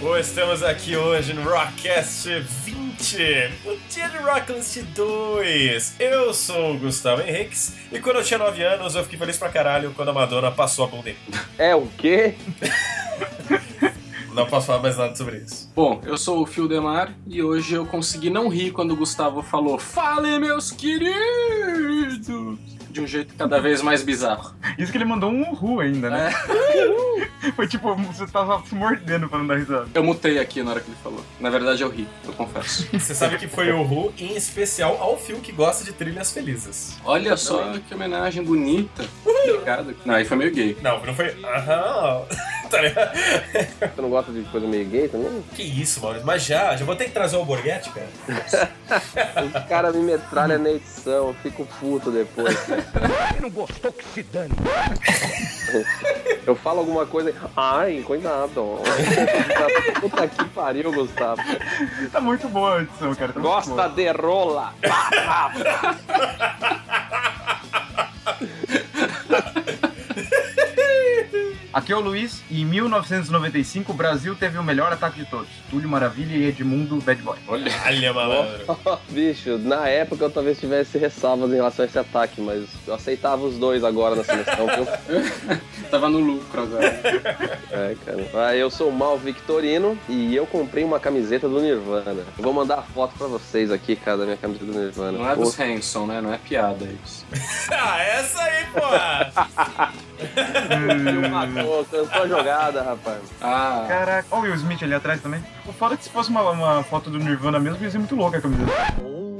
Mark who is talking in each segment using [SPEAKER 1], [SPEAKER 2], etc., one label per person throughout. [SPEAKER 1] Bom, estamos aqui hoje no Rockcast 20, no dia de Rocklist 2. Eu sou o Gustavo Henriques e quando eu tinha 9 anos eu fiquei feliz pra caralho quando a Madonna passou a mão dele.
[SPEAKER 2] É o quê?
[SPEAKER 1] Não posso falar mais nada sobre isso.
[SPEAKER 3] Bom, eu sou o Fio Demar e hoje eu consegui não rir quando o Gustavo falou Fale, meus queridos! De um jeito cada vez mais bizarro.
[SPEAKER 4] Isso que ele mandou um ru ainda, né? Foi tipo, você tava se mordendo pra não dar risada.
[SPEAKER 3] Eu mutei aqui na hora que ele falou. Na verdade, eu ri, eu confesso.
[SPEAKER 1] Você sabe que foi o Ru, em especial ao Phil que gosta de trilhas felizes.
[SPEAKER 3] Olha só que homenagem bonita. Obrigado. Não, aí foi meio gay.
[SPEAKER 1] Não, não foi. Aham. Tá ligado?
[SPEAKER 2] Você não gosta de coisa meio gay também?
[SPEAKER 1] Que isso, Maurício? Mas já, já vou ter que trazer o Alborguete, cara.
[SPEAKER 2] Os caras me metralham na edição, eu fico puto depois. Quem não gostou que se dane. Eu falo alguma coisa. Ai, coitado. Puta que pariu, Gustavo.
[SPEAKER 4] Tá muito boa a edição, cara. Tá muito
[SPEAKER 2] Gosta
[SPEAKER 4] boa.
[SPEAKER 2] de rola.
[SPEAKER 4] Aqui é o Luiz e em 1995 o Brasil teve o melhor ataque de todos. Túlio Maravilha e Edmundo Bad Boy.
[SPEAKER 1] Olha, malandro.
[SPEAKER 2] Bicho, na época eu talvez tivesse ressalvas em relação a esse ataque, mas eu aceitava os dois agora na seleção. viu?
[SPEAKER 3] Tava no lucro agora.
[SPEAKER 2] É, cara. Ah, eu sou o Mal Victorino e eu comprei uma camiseta do Nirvana. Eu vou mandar a foto pra vocês aqui, cara, da minha camiseta do Nirvana.
[SPEAKER 3] Não é
[SPEAKER 2] Pô,
[SPEAKER 3] dos Hanson, né? Não é piada isso.
[SPEAKER 1] Ah, essa aí, porra!
[SPEAKER 2] Brasil matou, cantou a jogada, rapaz.
[SPEAKER 3] Ah,
[SPEAKER 4] Caraca, olha o Will Smith ali atrás também. O foda é que se fosse uma, uma foto do Nirvana mesmo, ia ser muito louca a camiseta.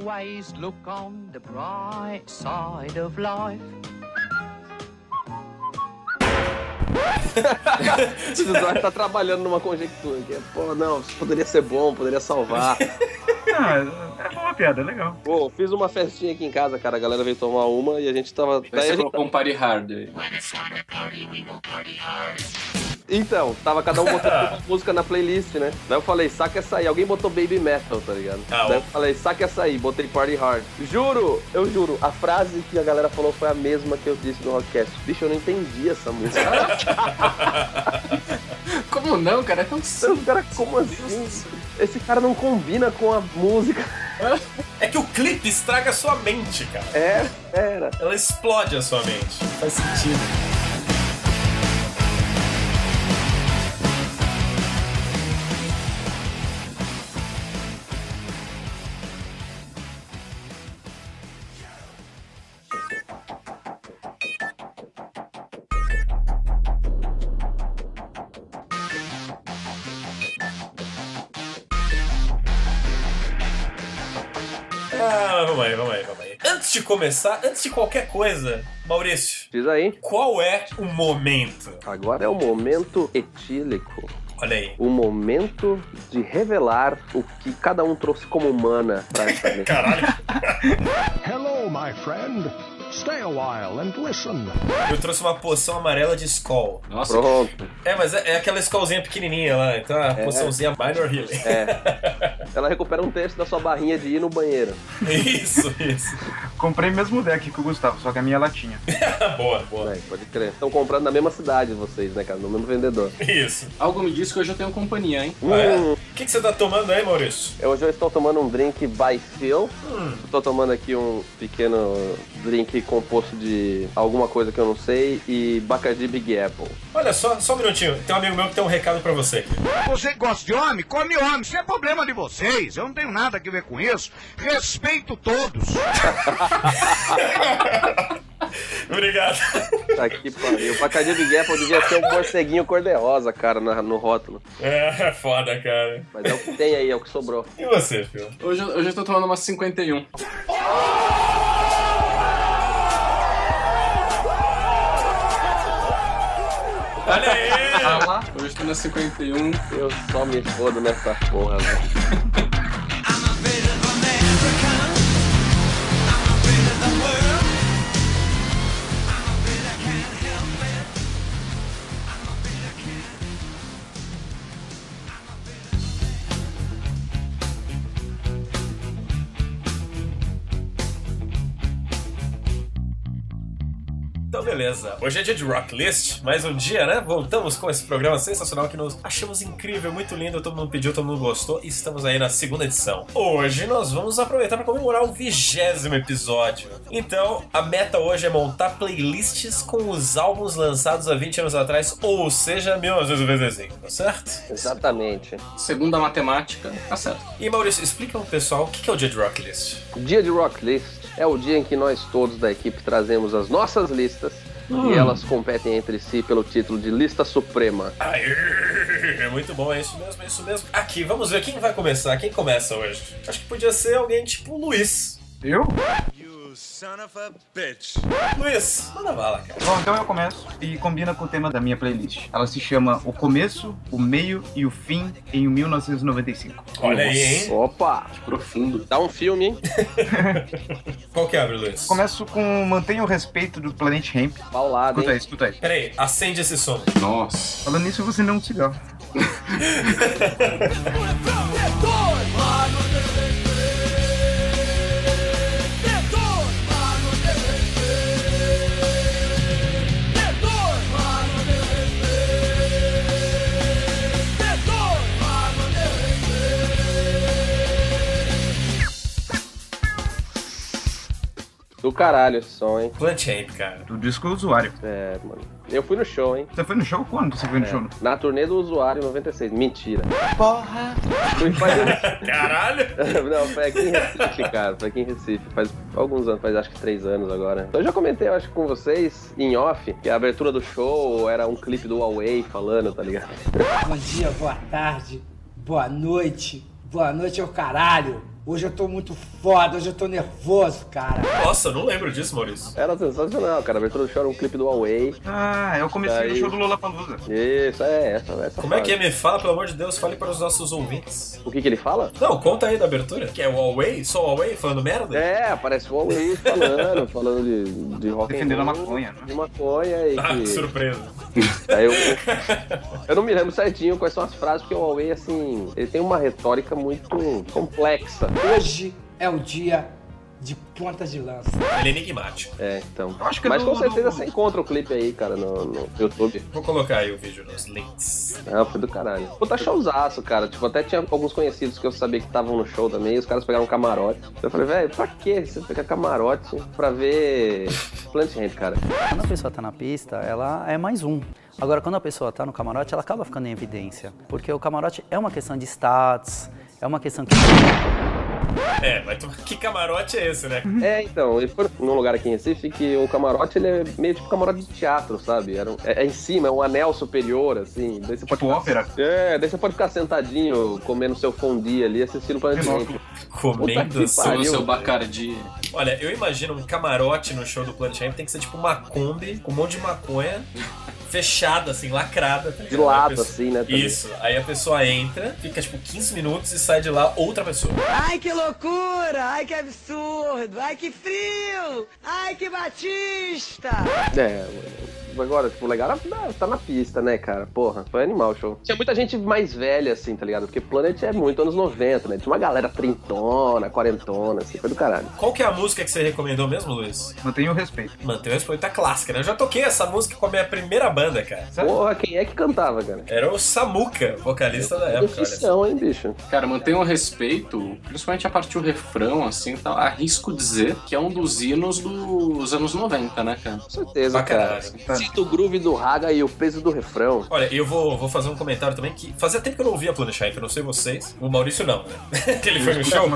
[SPEAKER 5] Always look on the bright side of life.
[SPEAKER 2] O Eduardo tá trabalhando numa conjectura que é, pô, não, isso poderia ser bom, poderia salvar.
[SPEAKER 4] Ah, é boa piada, é legal.
[SPEAKER 2] Pô, fiz uma festinha aqui em casa, cara. A galera veio tomar uma e a gente tava.
[SPEAKER 3] daí
[SPEAKER 2] Daí a
[SPEAKER 3] você
[SPEAKER 2] gente tá-
[SPEAKER 3] colocou um party hard aí.
[SPEAKER 2] Então, tava cada um botando uma música na playlist, né? Daí eu falei, saca essa aí. Alguém botou Baby Metal, tá ligado?
[SPEAKER 1] Ah,
[SPEAKER 2] Daí
[SPEAKER 1] ó.
[SPEAKER 2] eu falei, saca essa aí, botei Party Hard. Juro, eu juro, a frase que a galera falou foi a mesma que eu disse no Rockcast. Bicho, eu não entendi essa música.
[SPEAKER 3] Como não, cara? É tão simples.
[SPEAKER 2] Então, cara, como assim? Esse cara não combina com a música.
[SPEAKER 1] É que o clipe estraga a sua mente, cara.
[SPEAKER 2] É, era.
[SPEAKER 1] Ela explode a sua mente. Não faz sentido. Ah, vamos aí, vamos aí, vamos aí. Antes de começar, antes de qualquer coisa, Maurício,
[SPEAKER 2] Diz aí.
[SPEAKER 1] qual é o momento?
[SPEAKER 2] Agora é o momento etílico.
[SPEAKER 1] Olha aí.
[SPEAKER 2] O momento de revelar o que cada um trouxe como humana pra essa mesa.
[SPEAKER 1] Caralho,
[SPEAKER 6] Hello, my friend. Stay a while and listen.
[SPEAKER 1] eu trouxe uma poção amarela de Skol.
[SPEAKER 3] Nossa,
[SPEAKER 2] Pronto.
[SPEAKER 1] É, mas é, é aquela Skolzinha pequenininha lá, então é uma poçãozinha minor healing.
[SPEAKER 2] Ela recupera um terço da sua barrinha de ir no banheiro.
[SPEAKER 1] Isso, isso. Tá
[SPEAKER 4] Comprei mesmo o deck que o Gustavo, só que a minha é latinha.
[SPEAKER 1] boa, boa.
[SPEAKER 2] É, pode crer. Estão comprando na mesma cidade vocês, né, cara? No mesmo vendedor.
[SPEAKER 1] Isso.
[SPEAKER 3] algo me diz que hoje eu tenho companhia, hein?
[SPEAKER 1] Ah, é?
[SPEAKER 2] Hum,
[SPEAKER 1] O que, que você tá tomando aí, Maurício?
[SPEAKER 2] eu- hoje eu estou tomando um drink by Phil. Estou tomando aqui um pequeno drink composto de alguma coisa que eu não sei e Bacardi Big Apple.
[SPEAKER 1] Olha só, só um minutinho. Tem um amigo meu que tem um recado pra você aqui.
[SPEAKER 7] Você que gosta de homem? Come homem. Isso é problema de vocês. Eu não tenho nada a ver com isso. Respeito todos.
[SPEAKER 1] Obrigado.
[SPEAKER 2] Tá aqui, pariu. Bacardi Big Apple devia ser um morceguinho cor-de-rosa, cara, na- no rótulo.
[SPEAKER 1] É, é foda, cara.
[SPEAKER 2] Mas é o que tem aí, é o que sobrou.
[SPEAKER 1] E você, filho?
[SPEAKER 3] Hoje, eu- hoje eu tô tomando uma 51.
[SPEAKER 1] Olha aí!
[SPEAKER 3] Ah, Hoje eu tô na 51.
[SPEAKER 2] Eu só me fodo nessa porra, né? velho.
[SPEAKER 1] Então, beleza. Hoje é dia de Rock List, mais um dia, né? Voltamos com esse programa sensacional que nós achamos incrível, muito lindo. Todo mundo pediu, todo mundo gostou. E estamos aí na segunda edição. Hoje nós vamos aproveitar para comemorar o vigésimo episódio. Então, a meta hoje é montar playlists com os álbuns lançados há 20 anos atrás, ou seja, 1995, tá certo?
[SPEAKER 2] Exatamente.
[SPEAKER 3] Segundo a matemática, tá certo.
[SPEAKER 1] E Maurício, explica pro pessoal o que que é o dia de Rock List.
[SPEAKER 2] Dia de Rock List é o dia em que nós todos da equipe trazemos as nossas listas e elas competem entre si pelo título de Lista Suprema.
[SPEAKER 1] Aê! É muito bom, é isso mesmo, é isso mesmo. Aqui, vamos ver quem vai começar, quem começa hoje. Acho que podia ser alguém tipo o Luiz.
[SPEAKER 4] Eu?
[SPEAKER 1] Luiz, manda bala, cara.
[SPEAKER 4] Bom, então eu começo e combina com o tema da minha playlist. Ela se chama O Começo, o Meio e o Fim em 1995.
[SPEAKER 1] Olha aí, hein?
[SPEAKER 2] Opa!
[SPEAKER 3] Profundo.
[SPEAKER 2] Dá um filme, hein?
[SPEAKER 1] Qual que abre, Luiz?
[SPEAKER 4] Começo com Mantenha o Respeito do Planet Hemp.
[SPEAKER 2] Tá Paulado,
[SPEAKER 4] Escuta aí,
[SPEAKER 2] hein?
[SPEAKER 4] escuta aí.
[SPEAKER 1] Peraí, acende esse som.
[SPEAKER 3] Nossa.
[SPEAKER 4] Falando nisso, eu vou acender um cigarro.
[SPEAKER 2] Do caralho esse som, hein?
[SPEAKER 1] Plant Ape, cara.
[SPEAKER 4] Do disco usuário.
[SPEAKER 2] É, mano. Eu fui no show, hein?
[SPEAKER 4] Você foi no show quando? Você foi
[SPEAKER 2] É.
[SPEAKER 4] no show?
[SPEAKER 2] Na turnê do usuário 96. Mentira. Porra! Fui fazer...
[SPEAKER 1] Caralho!
[SPEAKER 2] Não, foi aqui em Recife, cara. Foi aqui em Recife. Faz alguns anos, faz acho que três anos agora. Eu já comentei, eu acho que com vocês, em off, que a abertura do show era um clipe do Huawei falando, tá ligado?
[SPEAKER 8] Bom dia, boa tarde, boa noite. Boa noite, ao caralho. Hoje eu tô muito foda, hoje eu tô nervoso, cara.
[SPEAKER 1] Nossa, eu não lembro disso, Maurício.
[SPEAKER 2] Era sensacional, cara. A abertura do show era um clipe do Huawei.
[SPEAKER 4] Ah, eu comecei no
[SPEAKER 2] Daí-
[SPEAKER 4] show do Lola Palusa.
[SPEAKER 2] Isso, é essa, essa
[SPEAKER 1] Como é que
[SPEAKER 2] fase.
[SPEAKER 1] é? Me fala, pelo amor de Deus, fale para os nossos ouvintes.
[SPEAKER 2] O que que ele fala?
[SPEAKER 1] Não, conta aí da abertura. Que é o Huawei? Só o Huawei falando merda?
[SPEAKER 2] É, aparece o Huawei falando, falando de, de rock and
[SPEAKER 4] Defendendo a
[SPEAKER 2] roll,
[SPEAKER 4] maconha, né?
[SPEAKER 2] De maconha e
[SPEAKER 1] Ah, que
[SPEAKER 2] que...
[SPEAKER 1] surpresa.
[SPEAKER 2] Aí eu, eu não me lembro certinho quais são as frases, porque o Huawei, assim, ele tem uma retórica muito complexa.
[SPEAKER 8] Hoje é o dia de ponta de lança.
[SPEAKER 1] Ele é enigmático.
[SPEAKER 2] É, então.
[SPEAKER 4] Eu acho que é
[SPEAKER 2] Mas
[SPEAKER 4] do-
[SPEAKER 2] com certeza
[SPEAKER 4] do-
[SPEAKER 2] você encontra o clipe aí, cara, no, no YouTube.
[SPEAKER 1] Vou colocar aí o vídeo nos links.
[SPEAKER 2] Ah, foi do caralho. Puta showzaço, cara. Tipo, até tinha alguns conhecidos que eu sabia que estavam no show também, e os caras pegaram um camarote. Eu falei, velho, pra que você pegar camarote pra ver Plant Hand, cara?
[SPEAKER 9] Quando a pessoa tá na pista, ela é mais um. Agora, quando a pessoa tá no camarote, ela acaba ficando em evidência. Porque o camarote é uma questão de status, é uma questão que.
[SPEAKER 1] É, mas tu- que camarote é esse, né?
[SPEAKER 2] É, então, ele foi num lugar aqui em Recife que o camarote ele é meio tipo camarote de teatro, sabe? Era um- é, é em cima, é um anel superior, assim. Daí você pode
[SPEAKER 4] Tipo ópera.
[SPEAKER 2] É, daí você pode ficar sentadinho, comendo seu fondue ali, assistindo pra gente.
[SPEAKER 4] Binóculo.
[SPEAKER 2] Puta
[SPEAKER 1] Comendo
[SPEAKER 2] que
[SPEAKER 1] só.
[SPEAKER 3] Seu,
[SPEAKER 2] Pariu.
[SPEAKER 3] seu Bacardi.
[SPEAKER 1] Olha, eu imagino um camarote no show do Plant Hemp tem que ser tipo uma Kombi com um monte de maconha fechada, assim, lacrada. tá
[SPEAKER 2] De
[SPEAKER 1] ligado? A
[SPEAKER 2] lado,
[SPEAKER 1] pessoa-
[SPEAKER 2] assim, né? também.
[SPEAKER 1] Isso, aí a pessoa entra, fica tipo 15 minutos e sai de lá outra pessoa.
[SPEAKER 8] Ai, que loucura! Ai, que absurdo! Ai, que frio! Ai, que batista!
[SPEAKER 2] É, agora, tipo, o legal era tá- tá na pista, né, cara? Porra, foi animal o show. Tinha muita gente mais velha, assim, tá ligado? Porque Planet é muito anos 90, né? Tinha uma galera trintona, quarentona, assim, foi do caralho.
[SPEAKER 1] Qual que é a música que você recomendou mesmo, Luiz?
[SPEAKER 4] Mantenha o respeito.
[SPEAKER 1] Mantém o respeito, tá clássica, né? Eu já toquei essa música com a minha primeira banda, cara.
[SPEAKER 4] Sério?
[SPEAKER 2] Porra, quem é que cantava, cara?
[SPEAKER 1] Era o Samuca, vocalista da época, olha só.
[SPEAKER 2] Profissão, hein, bicho?
[SPEAKER 3] Cara, mantenha o respeito, principalmente a partir do refrão, assim, tá, arrisco dizer que é um dos hinos dos anos 90, né, cara?
[SPEAKER 2] Com certeza,
[SPEAKER 1] Pra
[SPEAKER 2] cara.
[SPEAKER 1] caralho.
[SPEAKER 4] Ah. tá?
[SPEAKER 2] Sinto o groove do Raga e o peso do refrão.
[SPEAKER 1] Olha, eu vou, vou fazer um comentário também que fazia tempo que eu não ouvia Planet Hemp, eu não sei vocês. O Maurício não, né? que ele foi no show.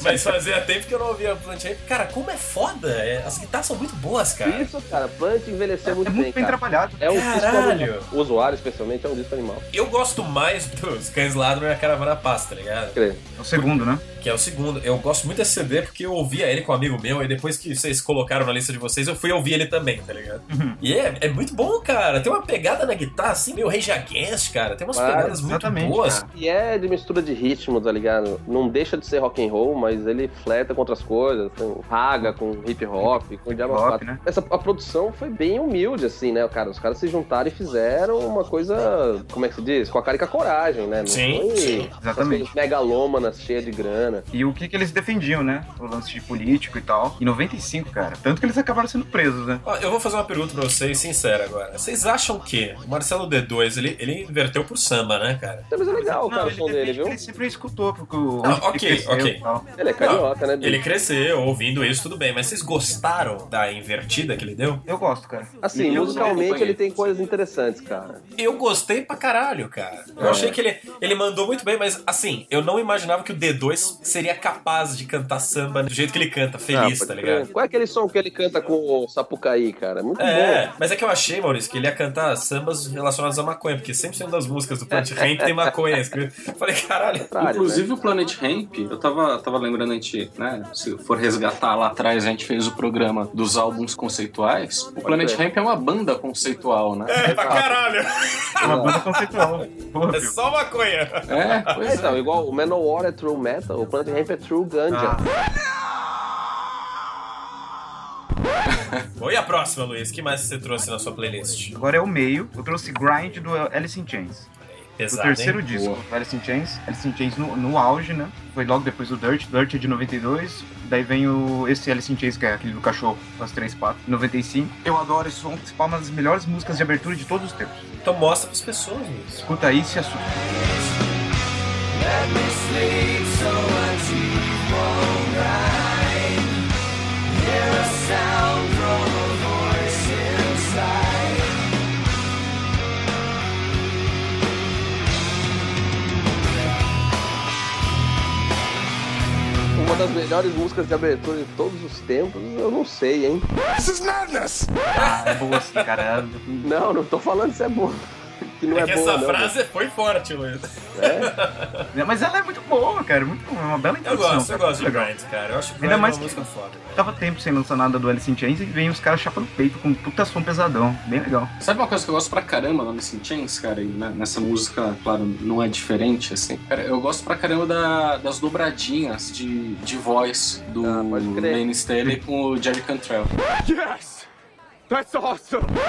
[SPEAKER 1] mas fazia tempo que eu não ouvia Planet Hemp. Cara, como é foda! é, as guitarras são muito boas, cara.
[SPEAKER 2] Isso, cara, Plant envelheceu muito
[SPEAKER 4] É
[SPEAKER 2] bem,
[SPEAKER 4] muito bem
[SPEAKER 2] cara.
[SPEAKER 4] trabalhado.
[SPEAKER 2] É um
[SPEAKER 1] Caralho.
[SPEAKER 2] disco, o usuário especialmente, é um disco animal.
[SPEAKER 1] Eu gosto mais dos Cães Ladrão e a Caravana Pasta, tá ligado?
[SPEAKER 2] Crer.
[SPEAKER 4] É o segundo, né?
[SPEAKER 1] Que é o segundo. Eu gosto muito desse CD porque eu ouvia ele com um amigo meu e depois que vocês colocaram na lista de vocês, eu fui ouvir ele também, tá ligado? E é, é muito bom, cara. Tem uma pegada na guitarra assim, meio Rage Against, cara. Tem umas
[SPEAKER 2] Claro,
[SPEAKER 1] pegadas muito
[SPEAKER 4] exatamente,
[SPEAKER 1] boas.
[SPEAKER 4] cara.
[SPEAKER 2] E é de mistura de ritmo, tá ligado? Não deixa de ser rock and roll, mas ele fleta com outras coisas, com raga, com hip hop, com o diabo
[SPEAKER 4] Hip hop,
[SPEAKER 2] quatro.
[SPEAKER 4] né?
[SPEAKER 2] Essa a produção foi bem humilde assim, né, cara? Os caras se juntaram e fizeram uma coisa, como é que se diz? Com a cara e com a coragem, né? Não
[SPEAKER 1] Sim,
[SPEAKER 2] foi
[SPEAKER 1] sim,
[SPEAKER 2] essas
[SPEAKER 4] exatamente.
[SPEAKER 2] coisas megalômanas, cheias de grana, bacana.
[SPEAKER 4] E o que, que eles defendiam, né? O lance de político e tal. Em 95, cara. Tanto que eles acabaram sendo presos, né?
[SPEAKER 1] Ó, Eu vou fazer uma pergunta pra vocês, sincera agora. Vocês acham que o Marcelo D2, ele, ele inverteu pro samba, né, cara?
[SPEAKER 2] Mas é legal, cara, o som
[SPEAKER 4] defende
[SPEAKER 2] dele,
[SPEAKER 4] que
[SPEAKER 2] viu?
[SPEAKER 4] Ele sempre escutou, porque o.
[SPEAKER 1] Não,
[SPEAKER 4] onde ele
[SPEAKER 1] Ah, ok,
[SPEAKER 4] cresceu
[SPEAKER 1] ok.
[SPEAKER 4] e tal.
[SPEAKER 2] Ele é carioca, né?
[SPEAKER 1] Ele
[SPEAKER 2] bicho?
[SPEAKER 1] cresceu ouvindo isso, tudo bem, mas vocês gostaram da invertida que ele deu?
[SPEAKER 4] Eu gosto, cara.
[SPEAKER 2] Assim,
[SPEAKER 3] Eu
[SPEAKER 2] musicalmente
[SPEAKER 3] acompanhei.
[SPEAKER 2] ele tem coisas interessantes, cara.
[SPEAKER 1] Eu gostei pra caralho, cara. Eu achei que ele, ele mandou muito bem, mas assim, eu não imaginava que o D2 seria capaz de cantar samba do jeito que ele canta, feliz,
[SPEAKER 2] Ah,
[SPEAKER 1] tá
[SPEAKER 2] pode
[SPEAKER 1] ligado?
[SPEAKER 2] crer. Qual é aquele som que ele canta com o Sapucaí, cara? Muito
[SPEAKER 1] É,
[SPEAKER 2] bom.
[SPEAKER 1] mas é que eu achei, Maurício, que ele ia cantar sambas relacionados à maconha, porque 100% das músicas do Plant Ramp tem maconha escrito. Eu falei, caralho.
[SPEAKER 2] Caralho, né?
[SPEAKER 3] Inclusive o Planet Hemp, eu tava, tava lembrando, a gente, né? Se for resgatar lá atrás, a gente fez o programa dos álbuns conceituais. O Planet
[SPEAKER 2] crer.
[SPEAKER 3] Hemp é uma banda conceitual, né?
[SPEAKER 1] É, pra caralho.
[SPEAKER 4] É
[SPEAKER 2] tá.
[SPEAKER 4] uma banda conceitual.
[SPEAKER 1] É
[SPEAKER 4] Óbvio.
[SPEAKER 1] só maconha.
[SPEAKER 3] É,
[SPEAKER 2] né?
[SPEAKER 3] pois
[SPEAKER 2] É,
[SPEAKER 3] é.
[SPEAKER 2] então, igual o Manowar é True Metal, o Planet Ramp é True Ganja.
[SPEAKER 4] Ah.
[SPEAKER 1] Bom, e a próxima, Luiz? que mais você trouxe na sua playlist?
[SPEAKER 4] Agora é o meio. Eu trouxe Grind do Alice in Chains. O
[SPEAKER 1] Pesado,
[SPEAKER 4] terceiro
[SPEAKER 1] hein?
[SPEAKER 4] disco do Alice in Chains. Alice in Chains no, no auge, né? Foi logo depois do Dirt. Dirt é de 92. Daí vem o, esse Alice in Chains, que é aquele do cachorro, com as três patas, 95. Eu adoro esse som, principal, uma das melhores músicas de abertura de todos os tempos.
[SPEAKER 1] Então mostra pras pessoas, Luiz.
[SPEAKER 4] Escuta aí e se assusta.
[SPEAKER 2] Uma das melhores músicas de abertura de todos os tempos, eu não sei, hein?
[SPEAKER 7] This is madness!
[SPEAKER 4] Ah, é boa assim, cara.
[SPEAKER 2] Não, não tô falando se é boa. Que não é,
[SPEAKER 1] É que
[SPEAKER 2] boa,
[SPEAKER 1] essa
[SPEAKER 2] não.
[SPEAKER 1] frase foi forte, Luiz.
[SPEAKER 4] Mas ela é muito boa, cara. Muito boa. É uma bela
[SPEAKER 1] Eu
[SPEAKER 4] introdução.
[SPEAKER 1] gosto, eu
[SPEAKER 4] cara.
[SPEAKER 1] gosto de Grind, cara. Eu acho que Grind
[SPEAKER 4] Ainda
[SPEAKER 1] é uma
[SPEAKER 4] mais que-
[SPEAKER 1] música foda.
[SPEAKER 4] Tava tempo sem lançar nada do Alice in Chains e vem os caras chapando o peito com um puta som pesadão. Bem legal.
[SPEAKER 3] Sabe uma coisa que eu gosto pra caramba no Alice in Chains, cara? E né, nessa música, claro, não é diferente, assim. Cara, eu gosto pra caramba da- das dobradinhas de, de voz do
[SPEAKER 2] Ah, pode crer.
[SPEAKER 3] Lane Staley com o Jerry Cantrell.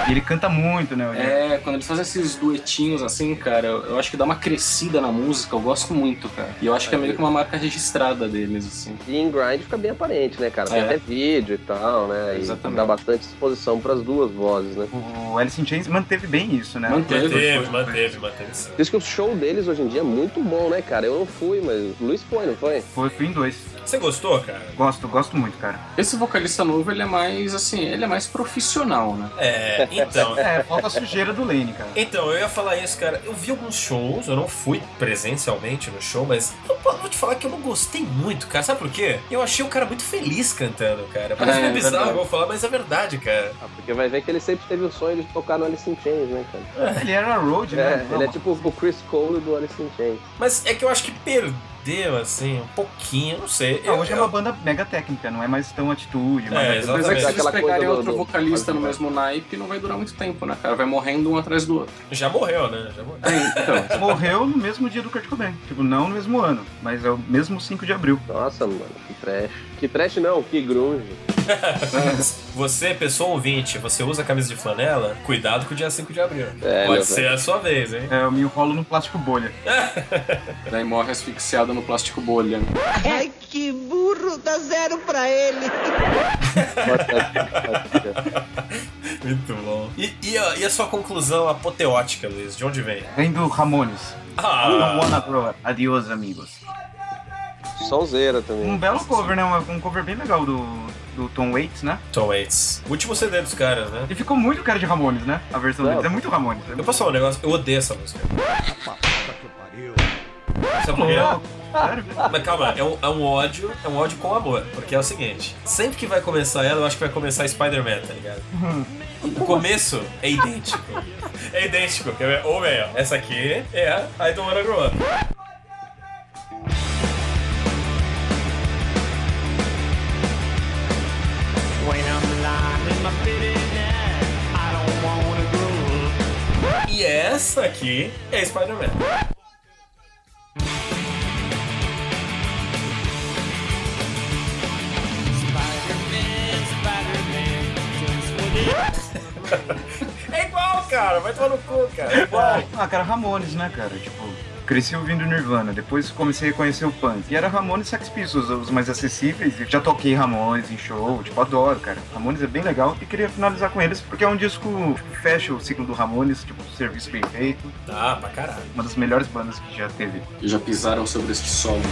[SPEAKER 4] E ele canta muito, né? o Jerry?
[SPEAKER 3] É, quando eles fazem esses duetinhos assim, cara, eu, eu acho que dá uma crescida na música, eu gosto muito, cara. E eu acho que é meio que uma marca registrada deles, assim.
[SPEAKER 2] E em grind fica bem aparente, né, cara? Tem
[SPEAKER 3] É.
[SPEAKER 2] até vídeo e tal, né? E
[SPEAKER 3] Exatamente.
[SPEAKER 2] dá bastante exposição pras duas vozes, né?
[SPEAKER 4] O Alice in Chains manteve bem isso, né?
[SPEAKER 3] Manteve.
[SPEAKER 1] Manteve, manteve, manteve sim.
[SPEAKER 2] Diz que o show deles hoje em dia é muito bom, né, cara? Eu não fui, mas o Luiz foi, não foi?
[SPEAKER 4] Foi, fui em dois.
[SPEAKER 1] Você gostou, cara?
[SPEAKER 4] Gosto, gosto muito, cara.
[SPEAKER 3] Esse vocalista novo, ele é mais, assim, ele é mais profissional, né?
[SPEAKER 1] É, então.
[SPEAKER 4] É, falta a sujeira do Lane, cara.
[SPEAKER 1] Então, eu ia falar isso, cara. Eu vi alguns shows, eu não fui presencialmente no show, mas eu po- vou te falar que eu não gostei muito, cara. Sabe por quê? Eu achei o cara muito feliz cantando, cara. Parece
[SPEAKER 3] É,
[SPEAKER 1] meio
[SPEAKER 3] é
[SPEAKER 1] bizarro,
[SPEAKER 3] verdade.
[SPEAKER 1] eu vou falar, mas é verdade, cara.
[SPEAKER 2] Ah, porque vai ver que ele sempre teve o sonho de tocar no Alice in Chains, né, cara?
[SPEAKER 4] Ele era road, né?
[SPEAKER 2] É, ele é tipo o Chris Cole do Alice in Chains.
[SPEAKER 1] Mas é que eu acho que perdeu, assim, um pouquinho, não sei.
[SPEAKER 4] Ah,
[SPEAKER 1] Eu-
[SPEAKER 4] hoje é
[SPEAKER 1] eu-
[SPEAKER 4] uma banda mega técnica, não é mais tão atitude,
[SPEAKER 1] É,
[SPEAKER 4] mas
[SPEAKER 3] Mas é que
[SPEAKER 1] Exatamente.
[SPEAKER 3] se eles
[SPEAKER 2] Aquela coisa
[SPEAKER 3] pegarem
[SPEAKER 2] do-
[SPEAKER 3] outro
[SPEAKER 2] do-
[SPEAKER 3] vocalista no mesmo naipe, não vai durar muito tempo, né, cara? Vai morrendo um atrás do outro.
[SPEAKER 1] Já morreu, né? Já
[SPEAKER 2] É,
[SPEAKER 1] morreu.
[SPEAKER 3] então.
[SPEAKER 4] morreu no mesmo dia do Kurt Cobain. Tipo, não no mesmo ano, mas é o mesmo 5 de abril.
[SPEAKER 2] Nossa, mano, que trash. Que trash não, que grunge.
[SPEAKER 1] Você, pessoa ouvinte, você usa camisa de flanela? Cuidado com o dia 5 de abril.
[SPEAKER 2] É,
[SPEAKER 1] Pode
[SPEAKER 2] meu
[SPEAKER 1] ser a sua vez, hein?
[SPEAKER 4] É, eu me enrolo no plástico bolha.
[SPEAKER 3] Daí morre asfixiado no plástico bolha.
[SPEAKER 10] Ai, que burro, dá zero pra ele.
[SPEAKER 2] Pode ser, pode ser.
[SPEAKER 1] Muito bom. E, e a, e a sua conclusão apoteótica, Luiz? De onde vem? Ah,
[SPEAKER 4] Vem do Ramones. I wanna grow up. Adiós, amigos.
[SPEAKER 2] Sonzeira
[SPEAKER 4] Um
[SPEAKER 2] também.
[SPEAKER 4] belo cover, né? Um um cover bem legal do, do Tom Waits, né?
[SPEAKER 1] Tom Waits. Último CD dos caras, né?
[SPEAKER 4] E ficou muito cara de Ramones, né? A versão
[SPEAKER 2] Não.
[SPEAKER 4] deles é muito Ramones. É
[SPEAKER 1] Eu
[SPEAKER 4] muito
[SPEAKER 1] posso falar um negócio? Eu odeio essa música. Sabe por quê?
[SPEAKER 4] louco.
[SPEAKER 2] Ah.
[SPEAKER 4] Sério?
[SPEAKER 1] Mas calma, é um, é um ódio, é um ódio com amor. Porque é o seguinte: sempre que vai começar ela, eu acho que vai começar Spider-Man, tá ligado? O começo é idêntico. É idêntico. quer ver? Ou melhor, essa aqui é a I Don't Wanna Grow Up. E essa aqui é Spider-Man. É igual, cara. Vai tomar no cu, cara. É igual. É
[SPEAKER 4] Ah, cara, Ramones, né, cara? Tipo, Cresci ouvindo Nirvana, depois comecei a conhecer o punk. E era Ramones e Sex Pistols os mais acessíveis. Eu já toquei Ramones em show, tipo, adoro, cara. Ramones é bem legal e queria finalizar com eles porque é um disco tipo, que fecha o ciclo do Ramones, tipo, serviço bem feito.
[SPEAKER 1] Ah, pra caralho.
[SPEAKER 4] Uma das melhores bandas que já teve.
[SPEAKER 3] E já pisaram sobre este solo.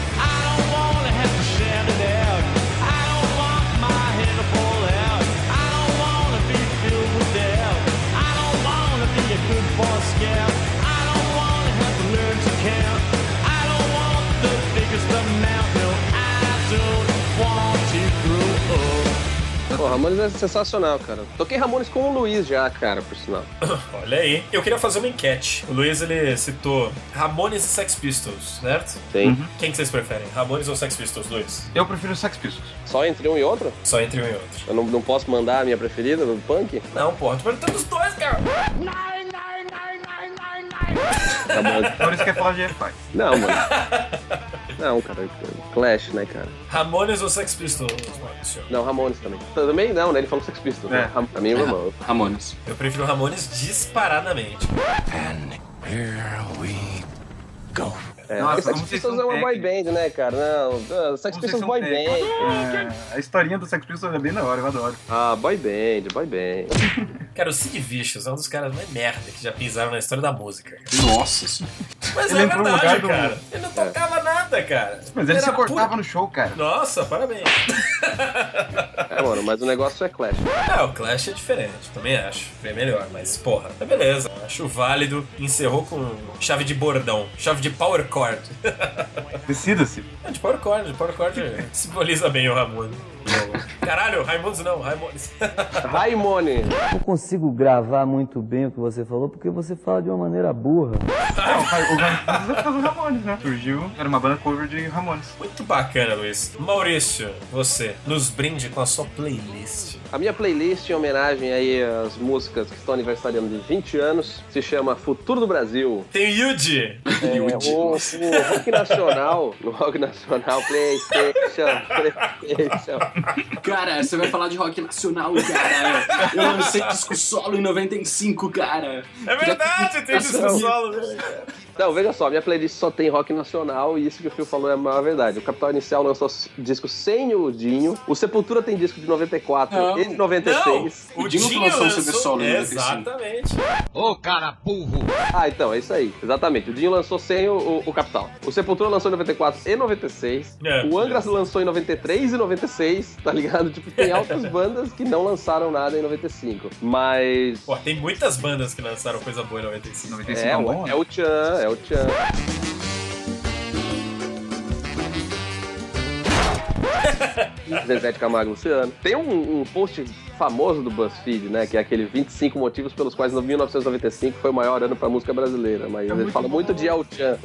[SPEAKER 2] Pô, Ramones é sensacional, cara. Toquei Ramones com o Luiz já, cara, por sinal.
[SPEAKER 1] Olha aí. Eu queria fazer uma enquete. O Luiz, ele citou Ramones e Sex Pistols, certo?
[SPEAKER 2] Sim.
[SPEAKER 4] Uhum.
[SPEAKER 1] Quem que vocês preferem? Ramones ou Sex Pistols, Luiz?
[SPEAKER 4] Eu prefiro Sex Pistols.
[SPEAKER 2] Só entre um e outro?
[SPEAKER 1] Só entre um e outro.
[SPEAKER 2] Eu não, não posso mandar a minha preferida do punk?
[SPEAKER 1] Não, porra. Tô perguntando os dois, cara.
[SPEAKER 2] Tá bom.
[SPEAKER 4] Por isso que é falar de F5.
[SPEAKER 2] Não, mano. Não, cara. Clash, né, cara?
[SPEAKER 1] Ramones ou Sex Pistols, Maurício?
[SPEAKER 2] Não, Ramones também. Também não, né? Ele falou Sex Pistols.
[SPEAKER 4] É.
[SPEAKER 2] Né? Ram- Pra mim, é. irmão.
[SPEAKER 3] Ramones.
[SPEAKER 1] Eu prefiro Ramones disparadamente.
[SPEAKER 2] É. porque
[SPEAKER 4] Nossa,
[SPEAKER 2] Sex
[SPEAKER 4] como vocês
[SPEAKER 2] Pistols é
[SPEAKER 4] são
[SPEAKER 2] uma boy band, né, cara? Não, ah, Sex
[SPEAKER 4] Como vocês
[SPEAKER 2] Pistols
[SPEAKER 4] são
[SPEAKER 2] boy
[SPEAKER 4] técnicos.
[SPEAKER 2] band.
[SPEAKER 4] É, a historinha do Sex Pistols é bem da hora, eu adoro.
[SPEAKER 2] Ah, boy band, boy band.
[SPEAKER 1] Cara, o Sid Vicious é um dos caras mais merda que já pisaram na história da música.
[SPEAKER 3] Nossa senhora.
[SPEAKER 1] Mas
[SPEAKER 4] Ele
[SPEAKER 1] é
[SPEAKER 4] entrou no
[SPEAKER 1] verdade,
[SPEAKER 4] lugar do-
[SPEAKER 1] cara. Ele não tocava nada, cara.
[SPEAKER 4] Mas ele
[SPEAKER 1] Era
[SPEAKER 4] se
[SPEAKER 1] pura-
[SPEAKER 4] cortava no show, cara.
[SPEAKER 1] Nossa, parabéns.
[SPEAKER 2] É, mano, mas o negócio é Clash.
[SPEAKER 1] É, o Clash é diferente, também acho. É melhor, mas porra, tá beleza. Acho válido. Encerrou com chave de bordão, chave de power chord.
[SPEAKER 4] Decida-se.
[SPEAKER 1] É, de power chord, de power chord simboliza bem o Ramones. Caralho, Raimundos não, Raimundos.
[SPEAKER 2] Raimone.
[SPEAKER 9] Não consigo gravar muito bem o que você falou porque você fala de uma maneira burra.
[SPEAKER 4] Não, o Ra- o Ramones é por causa do Ramones, né? Surgiu, era uma banda cover de Ramones.
[SPEAKER 1] Muito bacana, Luiz. Maurício, você nos brinde com a sua playlist.
[SPEAKER 2] A minha playlist em homenagem aí às músicas que estão aniversariando de 20 anos se chama Futuro do Brasil.
[SPEAKER 1] Tem o Yuji.
[SPEAKER 2] É, o,
[SPEAKER 3] Yuji.
[SPEAKER 2] o rock nacional, o rock nacional, PlayStation, PlayStation.
[SPEAKER 3] Cara, você vai falar de rock nacional, cara. Eu lancei disco solo em 95, cara.
[SPEAKER 1] É verdade, tem disco solo.
[SPEAKER 2] Não, veja só, minha playlist só tem rock nacional e isso que o Phil falou é a maior verdade. O Capital Inicial lançou disco sem o Dinho, o Sepultura tem disco de 94
[SPEAKER 3] Não,
[SPEAKER 2] e de 96.
[SPEAKER 1] Não, o
[SPEAKER 3] O Dinho
[SPEAKER 1] Dinho
[SPEAKER 3] lançou um
[SPEAKER 1] lançou...
[SPEAKER 3] CD solo em 95.
[SPEAKER 1] Exatamente.
[SPEAKER 2] Ah, então, é isso aí. Exatamente. O Dinho lançou sem o, o- o Capital. O Sepultura lançou em 94 e 96.
[SPEAKER 1] É,
[SPEAKER 2] o Angras lançou em 93 e 96, tá ligado? Tipo, tem altas bandas que não lançaram nada em 95. Mas...
[SPEAKER 1] Pô, tem muitas bandas que lançaram coisa boa em 95.
[SPEAKER 4] 95
[SPEAKER 2] É,
[SPEAKER 4] não
[SPEAKER 2] o-
[SPEAKER 4] bom, né?
[SPEAKER 2] é o Tchan, é o Tchan. Zezé de Camargo e Luciano. Tem um, um post famoso do BuzzFeed, né? Que é aquele 25 motivos pelos quais 1995 foi o maior ano pra música brasileira. Mas ele fala muito de El Chan.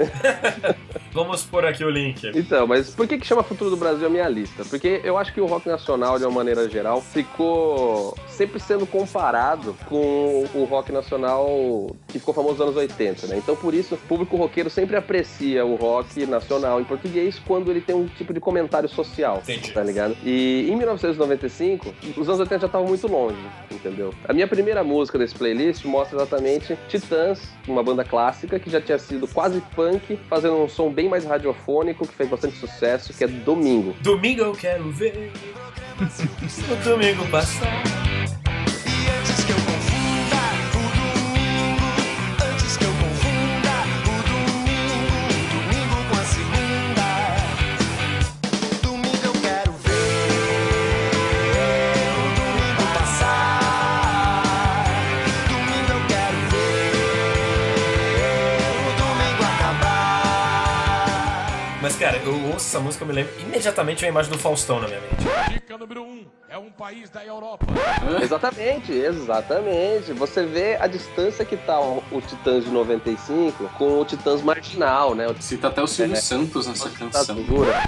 [SPEAKER 1] Vamos pôr aqui o link.
[SPEAKER 2] Então, mas por que, que chama Futuro do Brasil a minha lista? Porque eu acho que o rock nacional, de uma maneira geral, ficou sempre sendo comparado com o rock nacional que ficou famoso nos anos 80, né? Então, por isso, o público roqueiro sempre aprecia o rock nacional em português quando ele tem um tipo de comentário social,
[SPEAKER 1] Entendi.
[SPEAKER 2] tá ligado? E em 1995, os anos 80 já estavam muito longe, entendeu? A minha primeira música desse playlist mostra exatamente Titãs, uma banda clássica que já tinha sido quase punk, fazendo um som bem mais radiofônico, que fez bastante sucesso, que é Domingo.
[SPEAKER 1] Domingo eu quero ver. o domingo passar. Mas, cara, eu ouço essa música, eu me lembro imediatamente a imagem do Faustão na minha mente.
[SPEAKER 2] Exatamente, exatamente. Você vê a distância que tá o, o Titãs de 95 com o Titãs marginal, né? O
[SPEAKER 3] Cita até o Silvio
[SPEAKER 2] É.
[SPEAKER 3] Santos nessa
[SPEAKER 2] Tá
[SPEAKER 3] canção.
[SPEAKER 2] dura.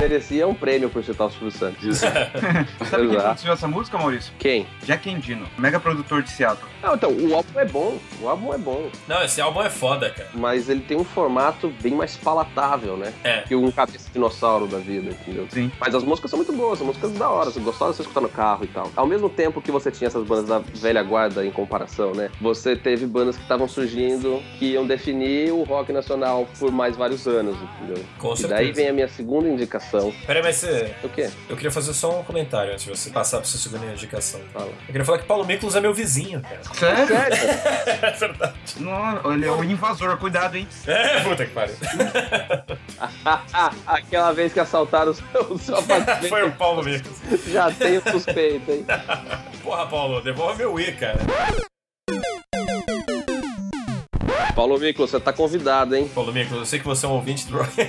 [SPEAKER 2] Merecia um prêmio por citar o Silvio Santos.
[SPEAKER 4] Sabe quem
[SPEAKER 2] Exato.
[SPEAKER 4] produziu essa música, Maurício?
[SPEAKER 2] Quem?
[SPEAKER 4] Jack Endino, mega produtor de Seattle.
[SPEAKER 2] Não, então, o álbum é bom. O álbum é bom.
[SPEAKER 1] Não, esse álbum é foda, cara.
[SPEAKER 2] Mas ele tem um formato bem mais palatável, né?
[SPEAKER 1] É.
[SPEAKER 2] Que um cabeça de dinossauro da vida, entendeu?
[SPEAKER 4] Sim.
[SPEAKER 2] Mas as músicas são muito boas, são músicas da hora, são gostosas de você escutar no carro e tal. Ao mesmo tempo que você tinha essas bandas da velha guarda em comparação, né? Você teve bandas que estavam surgindo que iam definir o rock nacional por mais vários anos, entendeu?
[SPEAKER 1] Com
[SPEAKER 2] e
[SPEAKER 1] certeza.
[SPEAKER 2] daí vem a minha segunda indicação.
[SPEAKER 1] Peraí, mas você...
[SPEAKER 2] O quê?
[SPEAKER 1] Eu queria fazer só um comentário antes de você passar pra sua segunda indicação.
[SPEAKER 2] Fala.
[SPEAKER 1] Eu queria falar que Paulo Miklos é meu vizinho, cara.
[SPEAKER 4] Sério?
[SPEAKER 2] Sério?
[SPEAKER 1] É verdade.
[SPEAKER 4] Não, ele é o invasor, cuidado, hein?
[SPEAKER 1] É, puta que pariu.
[SPEAKER 2] Aquela vez que assaltaram o seu, o seu apartamento,
[SPEAKER 1] Foi um- o Paulo Miklos.
[SPEAKER 2] já tenho suspeita, hein?
[SPEAKER 1] Porra, Paulo, devolve meu Wii, cara.
[SPEAKER 2] Paulo Miklos, você tá convidado, hein?
[SPEAKER 1] Paulo Miklos, eu sei que você é um ouvinte do rock.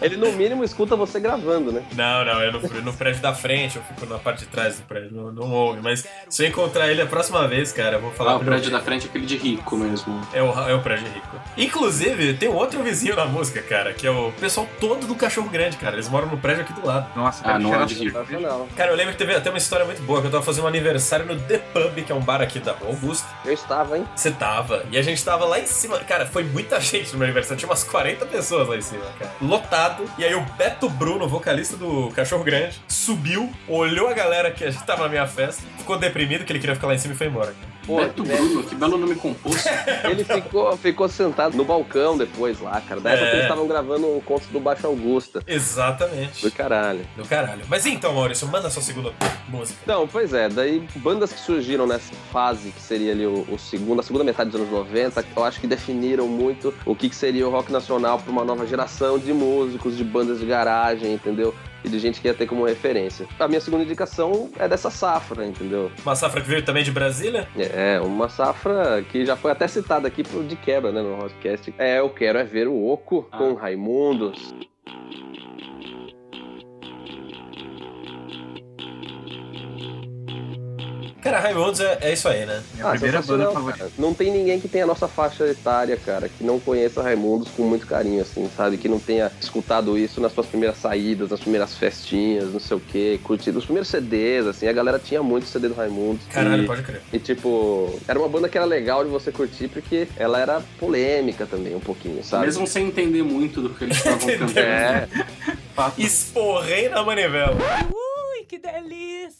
[SPEAKER 2] Ele no mínimo escuta você gravando, né?
[SPEAKER 1] Não, não, eu não fui no prédio da frente, eu fico na parte de trás do prédio, não, não ouve. Mas se eu encontrar ele a próxima vez, cara, eu vou falar
[SPEAKER 3] Lá o
[SPEAKER 1] pra
[SPEAKER 3] prédio
[SPEAKER 1] ele.
[SPEAKER 3] da frente é aquele de rico mesmo.
[SPEAKER 1] É o, é o prédio rico. Inclusive, tem um outro vizinho na música, cara, que é o pessoal todo do Cachorro Grande, cara. Eles moram no prédio aqui do lado.
[SPEAKER 4] Nossa,
[SPEAKER 3] Ah, não é de
[SPEAKER 2] tá
[SPEAKER 4] cheira a cerveja.
[SPEAKER 2] Sensacional.
[SPEAKER 1] Cara, eu lembro que teve até uma história muito boa, que eu tava fazendo um aniversário no The Pub, que é um bar aqui da Rua Augusta.
[SPEAKER 2] Eu estava, hein?
[SPEAKER 1] Você tava. E a gente tava lá em cima. Cara, foi muita gente no meu aniversário. Tinha umas 40 pessoas lá em cima, cara. Lotado. E aí o Beto Bruno, vocalista do Cachorro Grande, subiu, olhou a galera que a gente tava na minha festa, ficou deprimido que ele queria ficar lá em cima e foi embora.
[SPEAKER 2] Pô,
[SPEAKER 3] Beto
[SPEAKER 2] né?
[SPEAKER 3] Bruno, que belo nome composto.
[SPEAKER 2] Ele ficou, ficou sentado no balcão depois lá, cara. Da época
[SPEAKER 1] É.
[SPEAKER 2] que eles estavam gravando o conto do Baixo Augusta.
[SPEAKER 1] Exatamente.
[SPEAKER 2] Do caralho.
[SPEAKER 1] Do caralho. Mas então, Maurício, manda a sua segunda música.
[SPEAKER 2] Então, pois é, daí bandas que surgiram nessa fase, que seria ali o, o segundo, a segunda metade dos anos 90, eu acho que definiram muito o que, que seria o rock nacional para uma nova geração de músicos, de bandas de garagem, entendeu? E de gente que ia ter como referência. A minha segunda indicação é dessa safra, entendeu?
[SPEAKER 1] Uma safra que veio também de Brasília?
[SPEAKER 2] É, uma safra que já foi até citada aqui pro- de quebra, né, no podcast. É, eu quero é ver o Oco
[SPEAKER 3] Ah.
[SPEAKER 2] com Raimundos.
[SPEAKER 1] Cara, Raimundos é, é isso aí, né?
[SPEAKER 4] assim, Minha primeira banda
[SPEAKER 2] Ah, sensacional,
[SPEAKER 4] favorita.
[SPEAKER 2] cara. Não tem ninguém que tenha a nossa faixa etária, cara, que não conheça Raimundos com muito carinho, assim, sabe? Que não tenha escutado isso nas suas primeiras saídas, nas primeiras festinhas, não sei o quê, curtido. Os primeiros CDs, assim, a galera tinha muito CD do Raimundos.
[SPEAKER 1] Caralho,
[SPEAKER 2] e...
[SPEAKER 1] pode crer.
[SPEAKER 2] E, tipo, era uma banda que era legal de você curtir porque ela era polêmica também, um pouquinho, sabe?
[SPEAKER 3] Mesmo sem entender muito do que eles estavam cantando.
[SPEAKER 2] É,
[SPEAKER 1] Esporrei na manivela.
[SPEAKER 10] Ui, que delícia!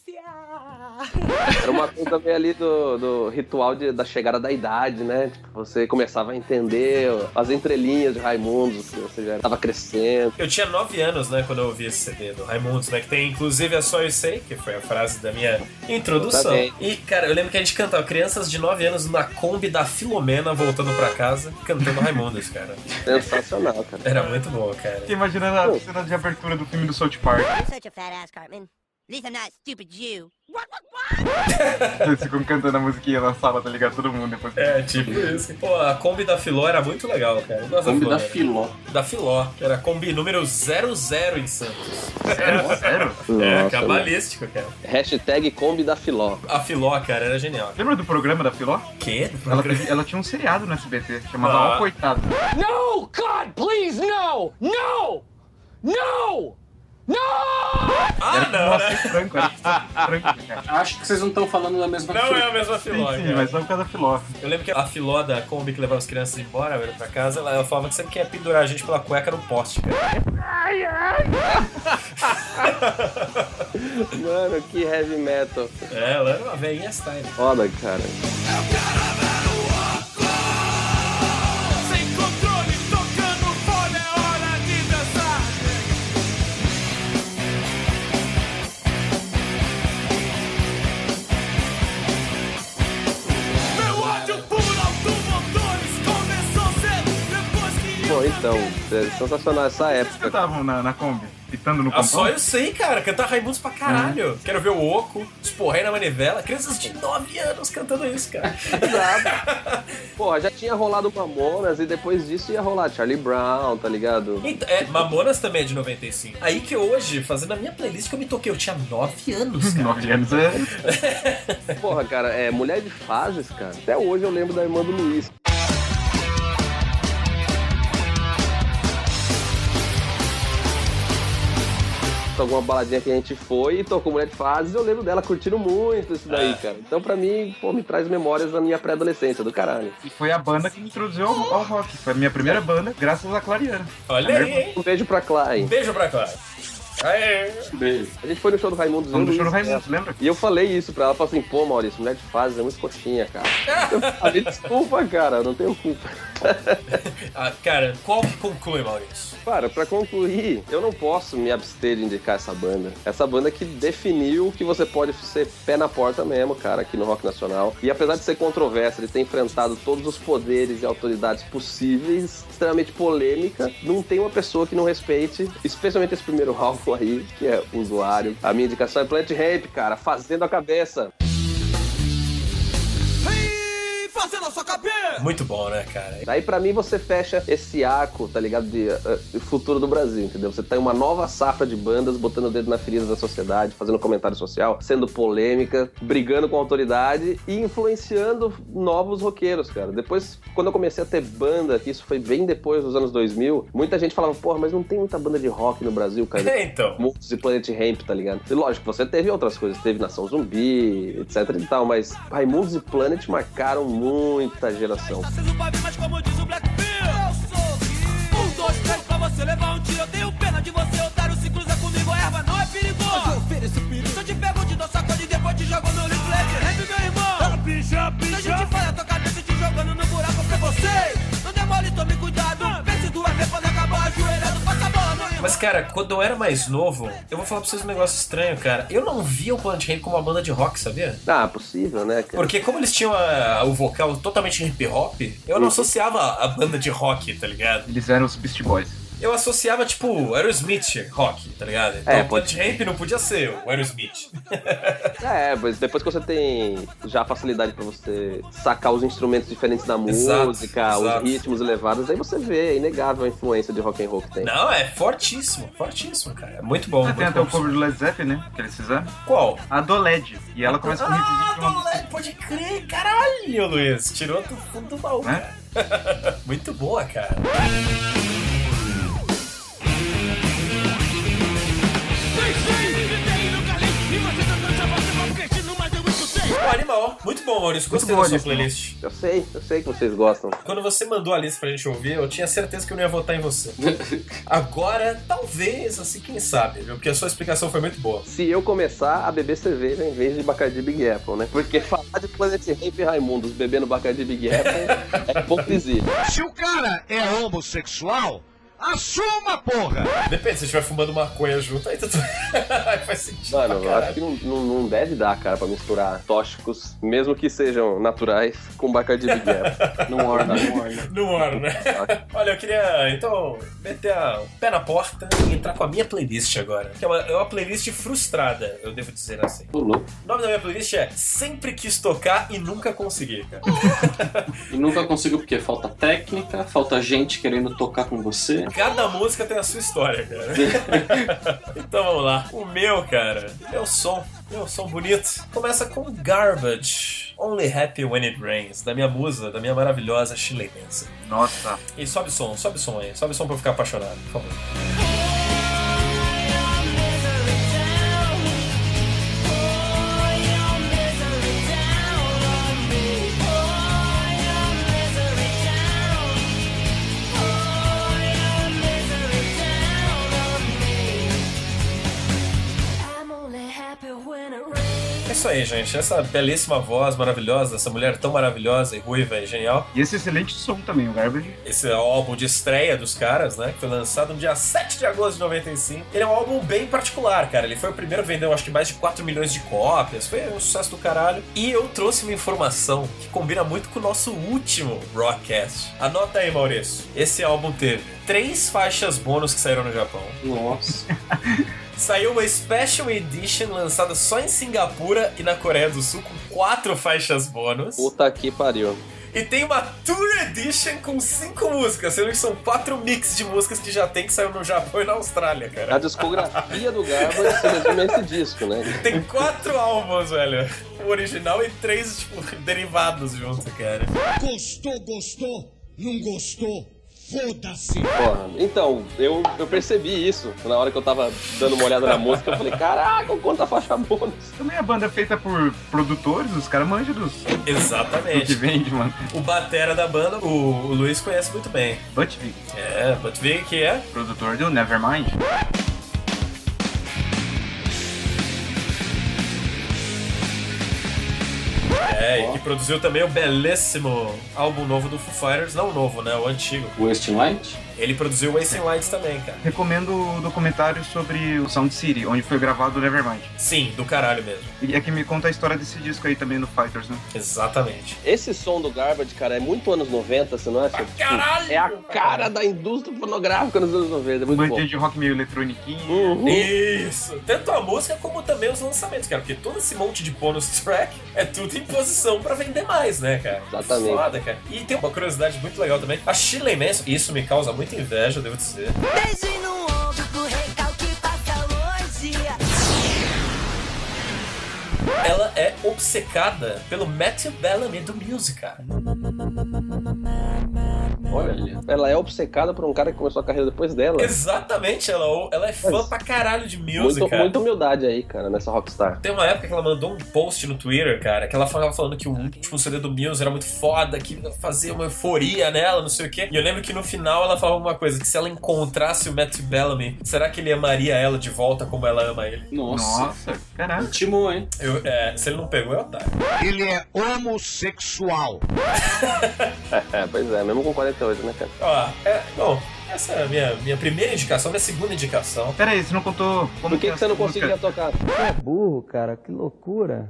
[SPEAKER 2] Era uma coisa meio ali do, do ritual de- da chegada da idade, né? Tipo, você começava a entender as entrelinhas de Raimundo, que você já tava crescendo.
[SPEAKER 1] Eu tinha 9 anos, né, quando eu ouvi esse CD do Raimundos, né, que tem inclusive É Só Eu Sei, que foi a frase da minha introdução.
[SPEAKER 2] Exatamente.
[SPEAKER 1] E, cara, eu lembro que a gente cantava crianças de 9 anos na Kombi da Filomena voltando pra casa, cantando Raimundos, cara.
[SPEAKER 2] Sensacional, cara.
[SPEAKER 1] Era muito bom, cara.
[SPEAKER 4] Fiquei imaginando a cena de abertura do filme do South Park.
[SPEAKER 11] such a fat ass, Cartman. At least I'm not a stupid Jew. What, what, what?
[SPEAKER 4] Eles ficam cantando a musiquinha na sala, tá ligado? Todo mundo depois.
[SPEAKER 1] É, tipo isso. Pô, a Kombi da Filó era muito legal, cara. Eu gosto
[SPEAKER 3] Nome da
[SPEAKER 1] Filomena.
[SPEAKER 3] Filó.
[SPEAKER 1] Da Filó, que era a Kombi número 00 em Santos.
[SPEAKER 4] Sério? Sério?
[SPEAKER 1] é,
[SPEAKER 2] Nossa,
[SPEAKER 1] cabalístico, cara.
[SPEAKER 2] mano. Hashtag Kombi da Filó.
[SPEAKER 1] A Filó, cara, era genial.
[SPEAKER 4] Lembra do programa da Filó?
[SPEAKER 1] Quê?
[SPEAKER 4] Ela, teve- ela tinha um seriado no SBT, chamava
[SPEAKER 1] Ah.
[SPEAKER 4] Ó Coitado.
[SPEAKER 5] No, God, please, no! No! No!
[SPEAKER 1] Ah, não,
[SPEAKER 4] Nossa,
[SPEAKER 1] né?
[SPEAKER 4] Franco, era Franco, cara.
[SPEAKER 3] Acho que vocês não estão falando da mesma
[SPEAKER 1] Não
[SPEAKER 3] coisa.
[SPEAKER 1] é a mesma
[SPEAKER 4] Sim,
[SPEAKER 1] Filó,
[SPEAKER 4] né? sim,
[SPEAKER 1] cara.
[SPEAKER 4] mas só por causa da Filó.
[SPEAKER 1] Eu lembro que a filó da Kombi que levava as crianças embora velho, pra casa, ela, ela falava que sempre quer pendurar a gente pela cueca no poste, cara.
[SPEAKER 2] Mano, que heavy metal.
[SPEAKER 1] É, ela era uma velhinha style.
[SPEAKER 2] Foda, cara. Bom, então, é sensacional essa
[SPEAKER 4] Vocês
[SPEAKER 2] época.
[SPEAKER 4] cantavam na, na Kombi? Pitando no
[SPEAKER 1] Ah, só
[SPEAKER 4] compão?
[SPEAKER 1] eu sei, cara. Cantar Raimundos pra caralho. Quero ver o Oco, esporrei na manivela. Crianças de 9 anos cantando isso, cara.
[SPEAKER 2] Porra, já tinha rolado Mamonas e depois disso ia rolar Charlie Brown, tá ligado?
[SPEAKER 1] Então, é, Mamonas também é de 95. Aí que hoje, fazendo a minha playlist que eu me toquei, eu tinha 9 anos, cara.
[SPEAKER 4] Nove anos é.
[SPEAKER 2] Porra, cara, é Mulher de Fases, cara. Até hoje eu lembro da irmã do Luiz. alguma baladinha que a gente foi e tocou Mulher de Fases, eu lembro dela curtindo muito isso
[SPEAKER 4] É.
[SPEAKER 2] daí, cara. Então pra mim, pô, me traz memórias da minha pré-adolescência, do caralho.
[SPEAKER 4] E foi a banda que me introduziu ao, ao rock. Foi a minha primeira banda, graças a Clariana.
[SPEAKER 1] Olha aí, hein?
[SPEAKER 2] Um beijo pra Clay.
[SPEAKER 1] Um beijo pra Clara. Aê!
[SPEAKER 2] Beijo. A gente foi no show do Raimundo
[SPEAKER 4] Vamos no show do Raimundos, lembra?
[SPEAKER 2] E eu falei isso pra ela, falei assim, pô, Maurício, mulher de fase é muito coxinha, cara. Eu falei, desculpa, cara, eu não tenho culpa.
[SPEAKER 1] Ah, cara, qual que conclui, Maurício?
[SPEAKER 2] Cara, pra concluir, eu não posso me abster de indicar essa banda. Essa banda que definiu que você pode ser pé na porta mesmo, cara, aqui no Rock Nacional. E apesar de ser controversa, de ter enfrentado todos os poderes e autoridades possíveis, extremamente polêmica, não tem uma pessoa que não respeite, especialmente esse primeiro álbum aí, que é usuário. A minha indicação é Plant Ramp, cara, fazendo a cabeça.
[SPEAKER 1] Fazendo a sua cabeça! Muito bom, né, cara?
[SPEAKER 2] Daí pra mim você fecha esse arco, tá ligado? De eh, de futuro do Brasil, entendeu? Você tem uma nova safra de bandas botando o dedo na ferida da sociedade, fazendo comentário social, sendo polêmica, brigando com a autoridade e influenciando novos roqueiros, cara. Depois, quando eu comecei a ter banda, que isso foi bem depois dos anos 2000, muita gente falava, porra, mas não tem muita banda de rock no Brasil, cara.
[SPEAKER 1] É, então.
[SPEAKER 2] Montes e Planet Ramp, tá ligado? E lógico, você teve outras coisas, teve Nação Zumbi, etc e tal, mas Raimundos e Planet marcaram muita geração.
[SPEAKER 12] Preciso pra ver, mas como diz o Black Beer, Eu sou Um, dois, três pra você levar um tiro Eu tenho pena de você, otário, se cruza comigo A erva não é perigoso Eu ofereço perigo Se eu te pego, eu te dou sacode e depois te jogo no reflect Rap, meu irmão Jump, jump, Se a gente falha, tua cabeça te jogando no buraco pra você Não demore, tome cuidado Pense duas vezes pra não acabar ajoelhado Passa a bola, meu irmão
[SPEAKER 1] Mas, cara, quando eu era mais novo, eu vou falar pra vocês um negócio estranho, cara. Eu não via o Planet Ramp como uma banda de rock, sabia?
[SPEAKER 2] Ah, possível, né, cara?
[SPEAKER 1] Porque como eles tinham a- o vocal totalmente hip hop, eu não associava a banda de rock, tá ligado?
[SPEAKER 4] Eles eram os Beast Boys.
[SPEAKER 1] Eu associava, tipo, Aerosmith rock, tá ligado? Então
[SPEAKER 2] É,
[SPEAKER 1] o Planet Ramp não podia ser o Aerosmith.
[SPEAKER 2] É, mas depois que você tem já a facilidade pra você sacar os instrumentos diferentes da
[SPEAKER 1] Exato,
[SPEAKER 2] música,
[SPEAKER 1] exato.
[SPEAKER 2] os ritmos elevados, aí você vê, é inegável a influência de rock and roll que tem.
[SPEAKER 1] Não, é fortíssimo, fortíssimo, cara. É muito bom.
[SPEAKER 4] Ah, tem
[SPEAKER 1] muito
[SPEAKER 4] até o
[SPEAKER 1] bom.
[SPEAKER 4] cover do Led Zeppelin, né? Que eles fizeram.
[SPEAKER 1] Qual?
[SPEAKER 4] A do LED. E ela começa com um riffzinho
[SPEAKER 1] Ah, moleque, pode crer, caralho, Luiz. Tirou do fundo do baú,
[SPEAKER 4] Né?
[SPEAKER 1] cara. Muito boa, cara. Pô, animal. Muito bom, Maurício. Gostei
[SPEAKER 2] bom,
[SPEAKER 1] da sua
[SPEAKER 2] Maurício.
[SPEAKER 1] playlist.
[SPEAKER 2] Eu sei, eu sei que vocês gostam.
[SPEAKER 1] Quando você mandou a lista pra gente ouvir, eu tinha certeza que eu não ia votar em você. Agora, talvez, assim, quem sabe, viu? Porque a sua explicação foi muito boa.
[SPEAKER 2] Se eu começar a beber cerveja em vez de Bacardi Big Apple, né? Porque falar de Planet Ramp e Raimundos bebendo Bacardi Big Apple é hipocrisia.
[SPEAKER 7] Se o cara é homossexual, assuma, porra!
[SPEAKER 1] Depende, se você estiver fumando maconha junto, aí tudo. aí faz sentido.
[SPEAKER 2] Mano,
[SPEAKER 1] pra
[SPEAKER 2] eu
[SPEAKER 1] caralho.
[SPEAKER 2] acho que não, não- não deve dar, cara, pra misturar tóxicos, mesmo que sejam naturais, com Bacardi Big Apple. Não orna, não orna.
[SPEAKER 1] No ar, né? Olha, eu queria então meter a- o pé na porta e entrar com a minha playlist agora. Que é uma, é uma playlist frustrada, eu devo dizer assim. O nome da minha playlist é Sempre Quis Tocar e Nunca Consegui, cara.
[SPEAKER 3] E nunca consigo porque falta técnica, falta gente querendo tocar com você.
[SPEAKER 1] Cada música tem a sua história, cara. então vamos lá. O meu, cara, meu som, meu som bonito. Começa com Garbage. Only Happy When It Rains, da minha musa, da minha maravilhosa chilenense.
[SPEAKER 4] Nossa.
[SPEAKER 1] E sobe som, sobe som aí, sobe som pra eu ficar apaixonado, por favor. É isso aí, gente. Essa belíssima voz maravilhosa, essa mulher tão maravilhosa e ruiva e genial.
[SPEAKER 4] E esse excelente som também, o Garbage.
[SPEAKER 1] Esse é o álbum de estreia dos caras, né? Que foi lançado no dia 7 de agosto de 95. Ele é um álbum bem particular, cara. Ele foi o primeiro a vender, eu acho que mais de 4 milhões de cópias. Foi um sucesso do caralho. E eu trouxe uma informação que combina muito com o nosso último Rockcast. Anota aí, Maurício. Esse álbum teve três faixas bônus que saíram no Japão.
[SPEAKER 3] Nossa.
[SPEAKER 1] Saiu uma Special Edition lançada só em Singapura e na Coreia do Sul com quatro faixas bônus.
[SPEAKER 2] Puta que pariu.
[SPEAKER 1] E tem uma Tour Edition com cinco músicas, sendo que são quatro mix de músicas que já tem que saiu no Japão e na Austrália, cara.
[SPEAKER 2] A discografia do Garbage se resume a esse disco, né?
[SPEAKER 1] Tem quatro álbuns, velho. O original e três, tipo, derivados junto, cara.
[SPEAKER 7] Gostou, gostou, não gostou,
[SPEAKER 2] Foda-se! Porra, então, eu, eu percebi isso na hora que eu tava dando uma olhada na música. Eu falei, caraca, o quanto a faixa bônus.
[SPEAKER 4] Também a banda é feita por produtores, os caras manjam dos.
[SPEAKER 1] Exatamente.
[SPEAKER 4] Do que vende, mano.
[SPEAKER 1] O batera da banda, o, o Luiz conhece muito bem.
[SPEAKER 4] Buttvig.
[SPEAKER 1] É, Buttvig que é?
[SPEAKER 4] Produtor do Nevermind.
[SPEAKER 1] É, e que produziu também o belíssimo álbum novo do Foo Fighters, não o novo, né? O antigo.
[SPEAKER 3] Wasting Light?
[SPEAKER 1] Ele produziu o Wasting Lights também, cara.
[SPEAKER 4] Recomendo o documentário sobre o Sound City, onde foi gravado o Nevermind.
[SPEAKER 1] Sim, do caralho mesmo.
[SPEAKER 4] E é que me conta a história desse disco aí também do Fighters, né?
[SPEAKER 1] Exatamente.
[SPEAKER 2] Esse som do Garbage, cara, é muito anos 90, você não acha? Tipo,
[SPEAKER 1] caralho!
[SPEAKER 2] É a cara da indústria fonográfica nos anos 90, é muito bom.
[SPEAKER 4] Bandinha um de rock meio eletroniquinho.
[SPEAKER 2] Uhum.
[SPEAKER 1] Isso! Tanto a música como também os lançamentos, cara. Porque todo esse monte de bonus track é tudo em posição pra vender mais, né, cara?
[SPEAKER 2] Exatamente.
[SPEAKER 1] Foda, cara. E tem uma curiosidade muito legal também. A Shirley Manson, isso me causa muita inveja, devo dizer.
[SPEAKER 12] Beijo no ombro do recalque passa longe.
[SPEAKER 1] Ela é obcecada pelo Matthew Bellamy do Music, cara.
[SPEAKER 2] Olha, ela é obcecada por um cara que começou a carreira depois dela.
[SPEAKER 1] Exatamente, ela, ela é fã pra caralho de Music,
[SPEAKER 2] Muito,
[SPEAKER 1] é cara.
[SPEAKER 2] muita humildade aí, cara, nessa Rockstar.
[SPEAKER 1] Tem uma época que ela mandou um post no Twitter, cara, que ela falava falando que o tipo, o CD do Mills era muito foda, que fazia uma euforia nela, não sei o quê. E eu lembro que no final ela falava uma coisa, que se ela encontrasse o Matthew Bellamy, será que ele amaria ela de volta como ela ama ele?
[SPEAKER 3] Nossa.
[SPEAKER 4] Nossa, caraca.
[SPEAKER 3] Intimou, hein?
[SPEAKER 1] Eu- é, se ele não pegou, é otário.
[SPEAKER 7] Ele é homossexual.
[SPEAKER 2] É, pois é, mesmo com 48, né, cara?
[SPEAKER 1] Ó, é, bom, essa é a minha, minha primeira indicação, minha segunda indicação.
[SPEAKER 4] Pera aí, você não contou como
[SPEAKER 2] Por que, que você não conseguia tocar?
[SPEAKER 9] É burro, cara, que loucura.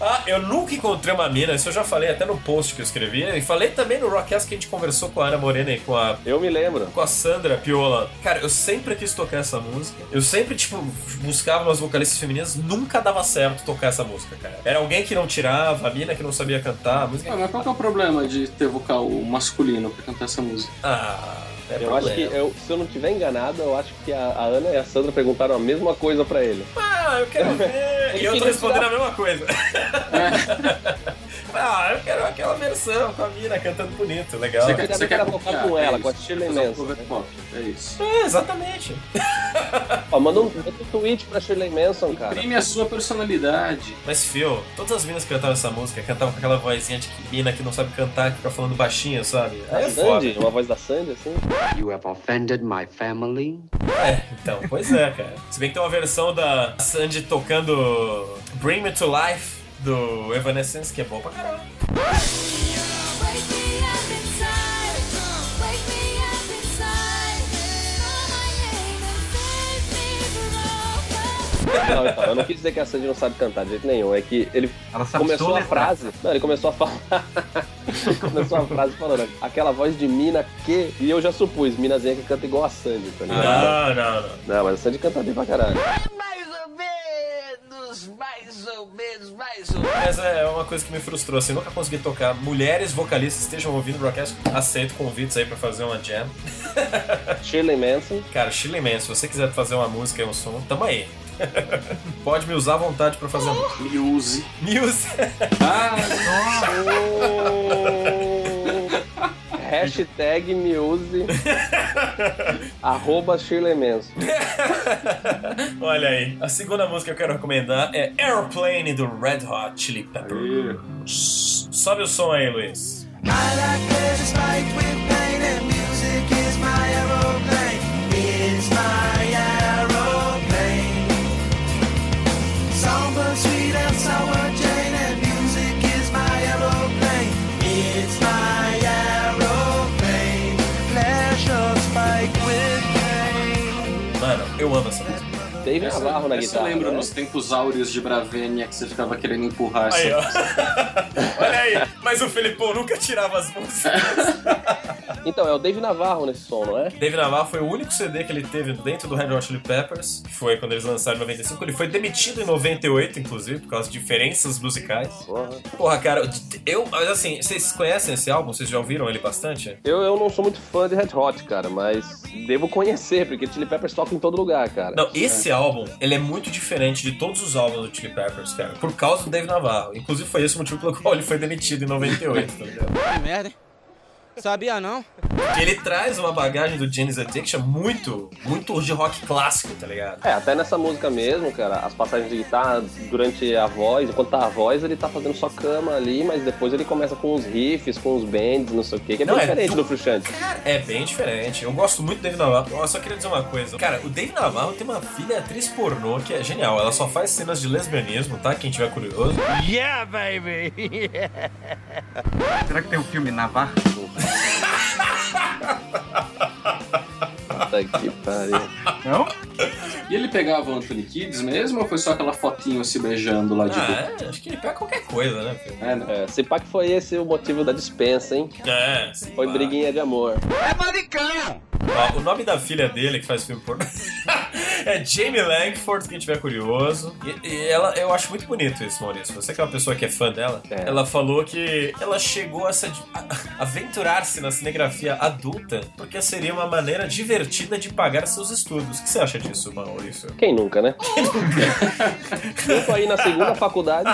[SPEAKER 1] Ah, eu nunca encontrei uma mina, isso eu já falei até no post que eu escrevi, e falei também no Rockcast que a gente conversou com a Ana Morena e com a
[SPEAKER 2] Eu me lembro.
[SPEAKER 1] com a Sandra Piola. Cara, eu sempre quis tocar essa música. Eu sempre, tipo, buscava umas vocalistas femininas, nunca dava certo tocar essa música, cara. Era alguém que não tirava, a mina que não sabia cantar, a
[SPEAKER 3] Ah,
[SPEAKER 1] música.
[SPEAKER 3] mas qual que é o problema de ter vocal masculino pra cantar essa música?
[SPEAKER 1] Ah, é
[SPEAKER 2] Eu acho que,
[SPEAKER 1] problema.
[SPEAKER 2] eu- se eu não tiver enganado, eu acho que a, a Ana e a Sandra perguntaram a mesma coisa pra ele.
[SPEAKER 1] Ah, eu quero ver. e eu tô respondendo a mesma coisa. ah, eu quero aquela versão com a mina cantando bonito, legal.
[SPEAKER 3] Você
[SPEAKER 2] quer-
[SPEAKER 3] quer,
[SPEAKER 2] você
[SPEAKER 3] você
[SPEAKER 2] quer
[SPEAKER 3] quer
[SPEAKER 2] tocar
[SPEAKER 3] copiar,
[SPEAKER 2] com
[SPEAKER 3] é
[SPEAKER 2] ela,
[SPEAKER 3] isso.
[SPEAKER 2] com a Shirley
[SPEAKER 3] Fazer um
[SPEAKER 2] Manson,
[SPEAKER 3] cover
[SPEAKER 2] né?
[SPEAKER 3] pop, é isso.
[SPEAKER 1] É, exatamente.
[SPEAKER 2] Ó, manda um, manda um tweet pra Shirley Manson, cara.
[SPEAKER 3] Imprime a sua personalidade.
[SPEAKER 1] Mas, Phil, todas as minas que cantavam essa música cantavam com aquela vozinha de que mina que não sabe cantar, que fica falando baixinho, sabe?
[SPEAKER 2] A
[SPEAKER 1] Aí é foda.
[SPEAKER 2] Sandy, uma voz da Sandy, assim.
[SPEAKER 5] You have offended my family.
[SPEAKER 1] É, então, pois é, cara. Se bem que tem uma versão da Sandy tocando Bring Me to Life do Evanescence, que é bom pra caramba.
[SPEAKER 12] Wake me up inside. Wake me up inside. Call my name and save me from all the-
[SPEAKER 2] Não, então, eu não quis dizer que a Sandy não sabe cantar de jeito nenhum. É que ele
[SPEAKER 4] Ela né? sabe
[SPEAKER 2] começou a
[SPEAKER 4] soletrar.
[SPEAKER 2] frase. Não, ele começou a falar. começou a frase falando aquela voz de mina que. E eu já supus, minazinha que canta igual a Sandy, tá ligado?
[SPEAKER 1] Não, não, não.
[SPEAKER 2] Não, mas a Sandy canta bem pra caralho.
[SPEAKER 5] Mais ou menos, mais ou menos, mais ou menos.
[SPEAKER 1] Mas é uma coisa que me frustrou, assim, nunca consegui tocar. Mulheres vocalistas estejam ouvindo o broadcast, aceito convites aí pra fazer uma jam.
[SPEAKER 2] Shirley Manson.
[SPEAKER 1] Cara, Chile Man, se você quiser fazer uma música e um som, tamo aí. Pode me usar à vontade pra fazer a música.
[SPEAKER 3] Me use.
[SPEAKER 1] Me usa.
[SPEAKER 3] Ah,
[SPEAKER 2] Oh. Hashtag me use. arroba Shirley Manson.
[SPEAKER 1] Olha aí. A segunda música que eu quero recomendar é Airplane do Red Hot Chili Peppers. Sobe o som aí, Luiz.
[SPEAKER 12] I like pleasures spiked with pain, and music is my aeroplane. It's my aeroplane. Songbird sweet and sour Jane, and music is my aeroplane. It's my aeroplane. Pleasures spiked with pain.
[SPEAKER 1] Mano, eu amo essa música.
[SPEAKER 2] Dave
[SPEAKER 3] essa,
[SPEAKER 2] Navarro Tá na
[SPEAKER 3] essa eu
[SPEAKER 2] guitarra.
[SPEAKER 3] lembro
[SPEAKER 2] né?
[SPEAKER 3] nos tempos áureos de Bravenia que você ficava querendo empurrar
[SPEAKER 1] Aí,
[SPEAKER 3] essa.
[SPEAKER 1] ó. Olha aí, mas o Felipão nunca tirava as músicas.
[SPEAKER 2] Então, é o Dave Navarro nesse som, não é?
[SPEAKER 1] Dave Navarro foi o único CD que ele teve dentro do Red Hot Chili Peppers, que foi quando eles lançaram em 95. Ele foi demitido em 98, inclusive, por causa de diferenças musicais.
[SPEAKER 2] Porra.
[SPEAKER 1] Porra, cara, eu. Mas assim, vocês conhecem esse álbum? Vocês já ouviram ele bastante?
[SPEAKER 2] Eu, eu não sou muito fã de Red Hot, cara, mas devo conhecer, porque Chili Peppers toca em todo lugar, cara.
[SPEAKER 1] Não, esse álbum, ele é muito diferente de todos os álbuns do Chili Peppers, cara, por causa do Dave Navarro. Inclusive, foi esse o motivo pelo qual ele foi demitido em 98, tá ligado?
[SPEAKER 5] merda, hein?
[SPEAKER 13] Sabia não?
[SPEAKER 1] Ele traz uma bagagem do Janis Addiction muito, muito de rock clássico, tá ligado?
[SPEAKER 2] É, até nessa música mesmo, cara, as passagens de guitarra durante a voz, enquanto tá a voz, ele tá fazendo só cama ali, mas depois ele começa com os riffs, com os bends, não sei o que, que é
[SPEAKER 1] Não,
[SPEAKER 2] bem
[SPEAKER 1] é
[SPEAKER 2] diferente
[SPEAKER 1] du-
[SPEAKER 2] do Frusciante.
[SPEAKER 1] É bem diferente. Eu gosto muito do Dave Navarro. Eu só queria dizer uma coisa. Cara, o Dave Navarro tem uma filha atriz pornô que é genial. Ela só faz cenas de lesbianismo, tá? Quem tiver curioso.
[SPEAKER 12] Yeah, baby!
[SPEAKER 4] Será que tem um filme Navar?
[SPEAKER 2] Puta que pariu.
[SPEAKER 4] Não?
[SPEAKER 3] E ele pegava o Anthony Kids mesmo ou foi só aquela fotinho se beijando lá de
[SPEAKER 1] Ah, é? Acho que ele pega qualquer coisa, né? filho?
[SPEAKER 2] É, se pá que foi esse o motivo da dispensa, hein?
[SPEAKER 1] É,
[SPEAKER 2] Foi briguinha de amor.
[SPEAKER 7] É maricão!
[SPEAKER 1] Ó, o nome da filha dele que faz filme pornô é Jamie Langford, quem tiver curioso. E, e ela, eu acho muito bonito isso, Maurício. Você que é uma pessoa que é fã dela, ela falou que ela chegou a, se ad- a- a aventurar-se na cinegrafia adulta porque seria uma maneira divertida de pagar seus estudos. O que você acha disso, Maurício?
[SPEAKER 2] Quem nunca, né? Eu tô aí na segunda faculdade.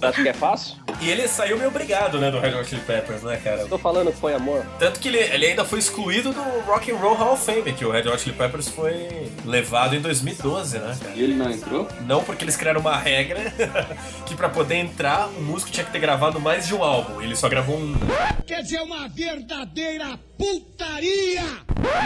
[SPEAKER 2] Acho que é fácil?
[SPEAKER 1] E ele saiu meio obrigado, né, do Red Hot Chili Peppers, né, cara?
[SPEAKER 2] Tô falando que foi amor.
[SPEAKER 1] Tanto que ele, ele ainda foi excluído do Rock and Roll Hall of Fame, que o Red Hot Chili Peppers foi levado em 2012, né, cara?
[SPEAKER 3] E ele não entrou?
[SPEAKER 1] Não, porque eles criaram uma regra que pra poder entrar, o músico tinha que ter gravado mais de um álbum. Ele só gravou um.
[SPEAKER 12] Quer dizer, uma verdadeira putaria!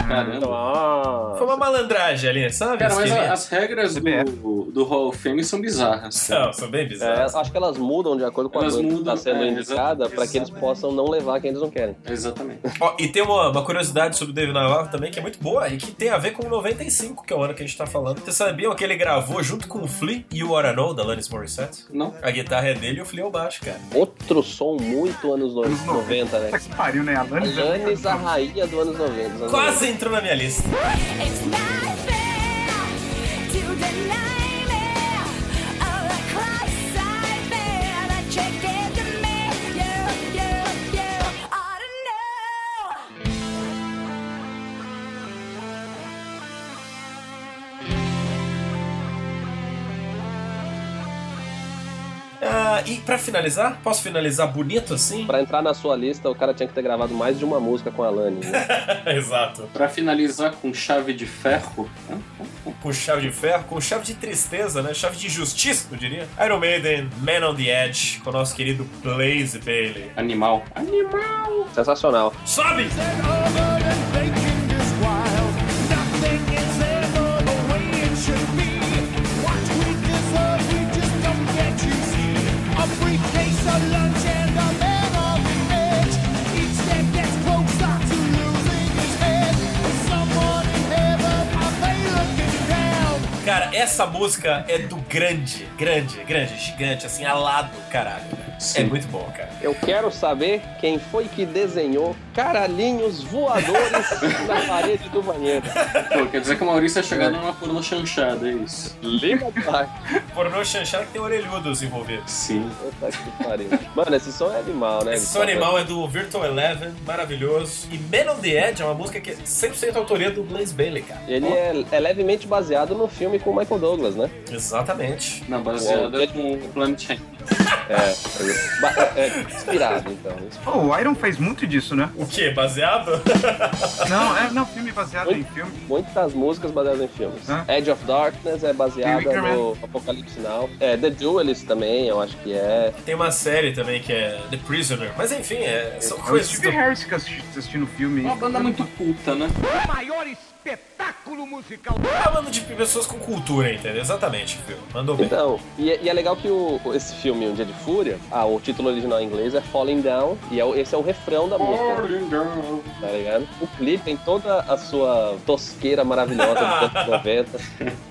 [SPEAKER 1] Ah, então,
[SPEAKER 2] Caramba.
[SPEAKER 1] Foi uma malandragem ali, sabe?
[SPEAKER 3] Cara, mas
[SPEAKER 1] Esquema.
[SPEAKER 3] a- as regras do, do Hall of Fame são bizarras.
[SPEAKER 1] São, são bem
[SPEAKER 2] É, acho que elas mudam de acordo com
[SPEAKER 3] Elas
[SPEAKER 2] a banda que
[SPEAKER 3] mudam,
[SPEAKER 2] tá sendo
[SPEAKER 3] é,
[SPEAKER 2] indicada pra que eles possam não levar quem eles não querem.
[SPEAKER 3] Exatamente.
[SPEAKER 1] Ó, e tem uma, uma curiosidade sobre o David Navarro também que é muito boa e que tem a ver com o 95, que é o ano que a gente tá falando. Vocês sabiam que ele gravou junto com o Flea e o Wanna Know, da Lannis Morissette?
[SPEAKER 3] Não.
[SPEAKER 1] A guitarra é dele e o Flea é o baixo, cara.
[SPEAKER 2] Outro som muito anos no- 90, né?
[SPEAKER 4] Que pariu, né? A Alanis,
[SPEAKER 2] Alanis, a rainha do anos 90. anos
[SPEAKER 1] Quase entrou na minha lista. Ah, e pra finalizar, posso finalizar bonito assim?
[SPEAKER 2] Pra entrar na sua lista, o cara tinha que ter gravado mais de uma música com a Alanis. Né?
[SPEAKER 1] Exato.
[SPEAKER 3] Pra finalizar com chave de ferro, né?
[SPEAKER 1] Com chave de ferro, com chave de tristeza, né? Chave de justiça, eu diria. Iron Maiden, Man on the Edge, com o nosso querido Blaze Bailey.
[SPEAKER 3] Animal.
[SPEAKER 2] Animal! Sensacional.
[SPEAKER 1] Sobe! Cara, essa música é do grande, grande, grande, gigante, assim, alado, caralho. É muito bom, cara.
[SPEAKER 2] Eu quero saber quem foi que desenhou caralhinhos voadores na parede do banheiro.
[SPEAKER 3] Pô, quer dizer que o Maurício é chegado numa porno chanchada, é isso.
[SPEAKER 2] Liga
[SPEAKER 1] Pornô chanchada que tem orelhudos envolvidos.
[SPEAKER 3] Sim.
[SPEAKER 2] Puta que pariu. Mano, esse som é animal, né?
[SPEAKER 1] Esse som animal é do Virtual Eleven, maravilhoso. E Man on the Edge é uma música que é 100% autoria do Blaze Bailey, cara.
[SPEAKER 2] Ele é, é levemente baseado no filme com o Michael Douglas, né?
[SPEAKER 1] Exatamente.
[SPEAKER 3] Não, baseada com o Planet Champ.
[SPEAKER 2] É, ba- é, é inspirado, então.
[SPEAKER 4] Pô, Oh, o Iron fez muito disso, né?
[SPEAKER 1] O quê? Baseado?
[SPEAKER 4] Não, é não, filme baseado em filme.
[SPEAKER 2] Muitas músicas baseadas em filmes. Edge of Darkness é baseada
[SPEAKER 4] Wicker Man.
[SPEAKER 2] no Apocalipse Now. É, The Duelist também, eu acho que é.
[SPEAKER 1] Tem uma série também que é The Prisoner. Mas enfim, é, são
[SPEAKER 4] É o
[SPEAKER 1] coisas.
[SPEAKER 4] Steve
[SPEAKER 1] do-
[SPEAKER 4] Harris que assisti- assistindo o filme.
[SPEAKER 1] Uma banda muito
[SPEAKER 3] culta, né?
[SPEAKER 12] O maior espetáculo musical.
[SPEAKER 1] Ah, mano, de pessoas com cultura, entendeu? Exatamente, viu? Mandou bem.
[SPEAKER 2] Então, e, é- e é legal que o, esse filme, Um Dia de Fúria, ah, o título original em inglês é Falling Down, e é o- esse é o refrão da música.
[SPEAKER 3] Falling Down.
[SPEAKER 2] Tá ligado? O clipe tem toda a sua tosqueira maravilhosa dos anos 90,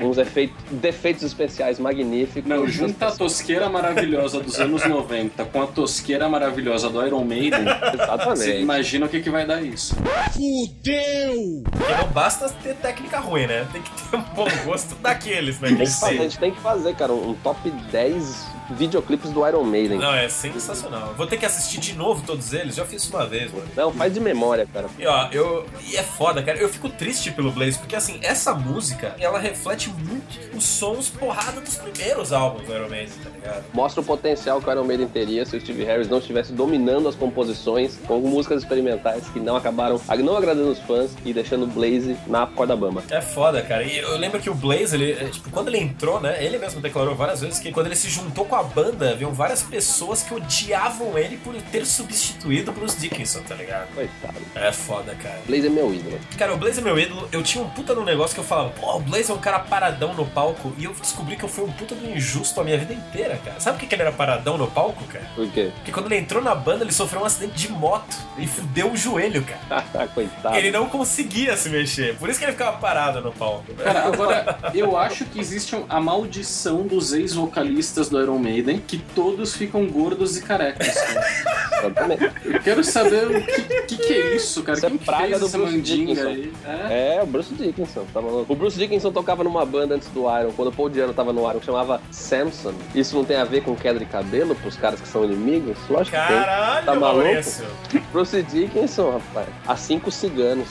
[SPEAKER 2] uns efeitos, defeitos especiais magníficos.
[SPEAKER 3] Não, junta a tosqueira maravilhosa dos anos 90 com a tosqueira maravilhosa do Iron Maiden.
[SPEAKER 2] Exatamente.
[SPEAKER 3] Você imagina o que, que vai dar isso.
[SPEAKER 1] Fudeu! Porque não basta ter técnica ruim, né? Tem que ter um bom gosto daqueles, né?
[SPEAKER 2] Tem
[SPEAKER 1] Que
[SPEAKER 2] que fazer, a
[SPEAKER 1] seja.
[SPEAKER 2] gente tem que fazer, cara, um top 10 videoclipes do Iron Maiden.
[SPEAKER 1] Não, é sensacional. Vou ter que assistir de novo todos eles. Já fiz isso uma vez, mano.
[SPEAKER 2] Não, faz de memória, cara.
[SPEAKER 1] E ó, eu. E é foda, cara. Eu fico triste pelo Blaze, porque assim, essa música, ela reflete muito os sons porrada dos primeiros álbuns do Iron Maiden, tá ligado?
[SPEAKER 2] Mostra o potencial que o Iron Maiden teria se o Steve Harris não estivesse dominando as composições com músicas experimentais que não acabaram ag- não agradando os fãs e deixando o Blaze na corda bamba.
[SPEAKER 1] É foda, cara. E eu lembro que o Blaze, ele, é, tipo, quando ele entrou, né? Ele mesmo declarou várias vezes que quando ele se juntou com a banda, viam várias pessoas que odiavam ele por ter substituído o Bruce Dickinson, tá ligado?
[SPEAKER 2] Coitado.
[SPEAKER 1] É foda, cara.
[SPEAKER 2] Blaze é meu ídolo.
[SPEAKER 1] Cara, o Blaze é meu ídolo. Eu tinha um puta num negócio que eu falava, pô, o Blaze é um cara paradão no palco. E eu descobri que eu fui um puta do injusto a minha vida inteira, cara. Sabe por que que ele era paradão no palco, cara?
[SPEAKER 2] Por quê?
[SPEAKER 1] Porque quando ele entrou na banda, ele sofreu um acidente de moto e fudeu o joelho, cara.
[SPEAKER 2] Coitado.
[SPEAKER 1] Ele não conseguia se mexer. Por isso que ele ficava parado no palco.
[SPEAKER 3] Cara, agora, eu acho que existe um- a maldição dos ex-vocalistas do Iron Maiden que todos ficam gordos e carecas. cara. Eu quero saber o que, que, que é isso, cara.
[SPEAKER 2] Isso é
[SPEAKER 3] Quem que
[SPEAKER 2] praga
[SPEAKER 3] fez
[SPEAKER 2] do
[SPEAKER 3] essa
[SPEAKER 2] Bruce
[SPEAKER 3] mandinga
[SPEAKER 2] Dickinson.
[SPEAKER 3] aí? É.
[SPEAKER 2] É, o Bruce Dickinson, tá maluco. O Bruce Dickinson tocava numa banda antes do Iron, quando o Paul Diano tava no Iron, que chamava Samson. Isso não tem a ver com queda de cabelo pros caras que são inimigos? Lógico que tem.
[SPEAKER 1] Caralho,
[SPEAKER 2] Tá maluco?
[SPEAKER 1] Maurício.
[SPEAKER 2] Bruce Dickinson, rapaz. Há cinco ciganos.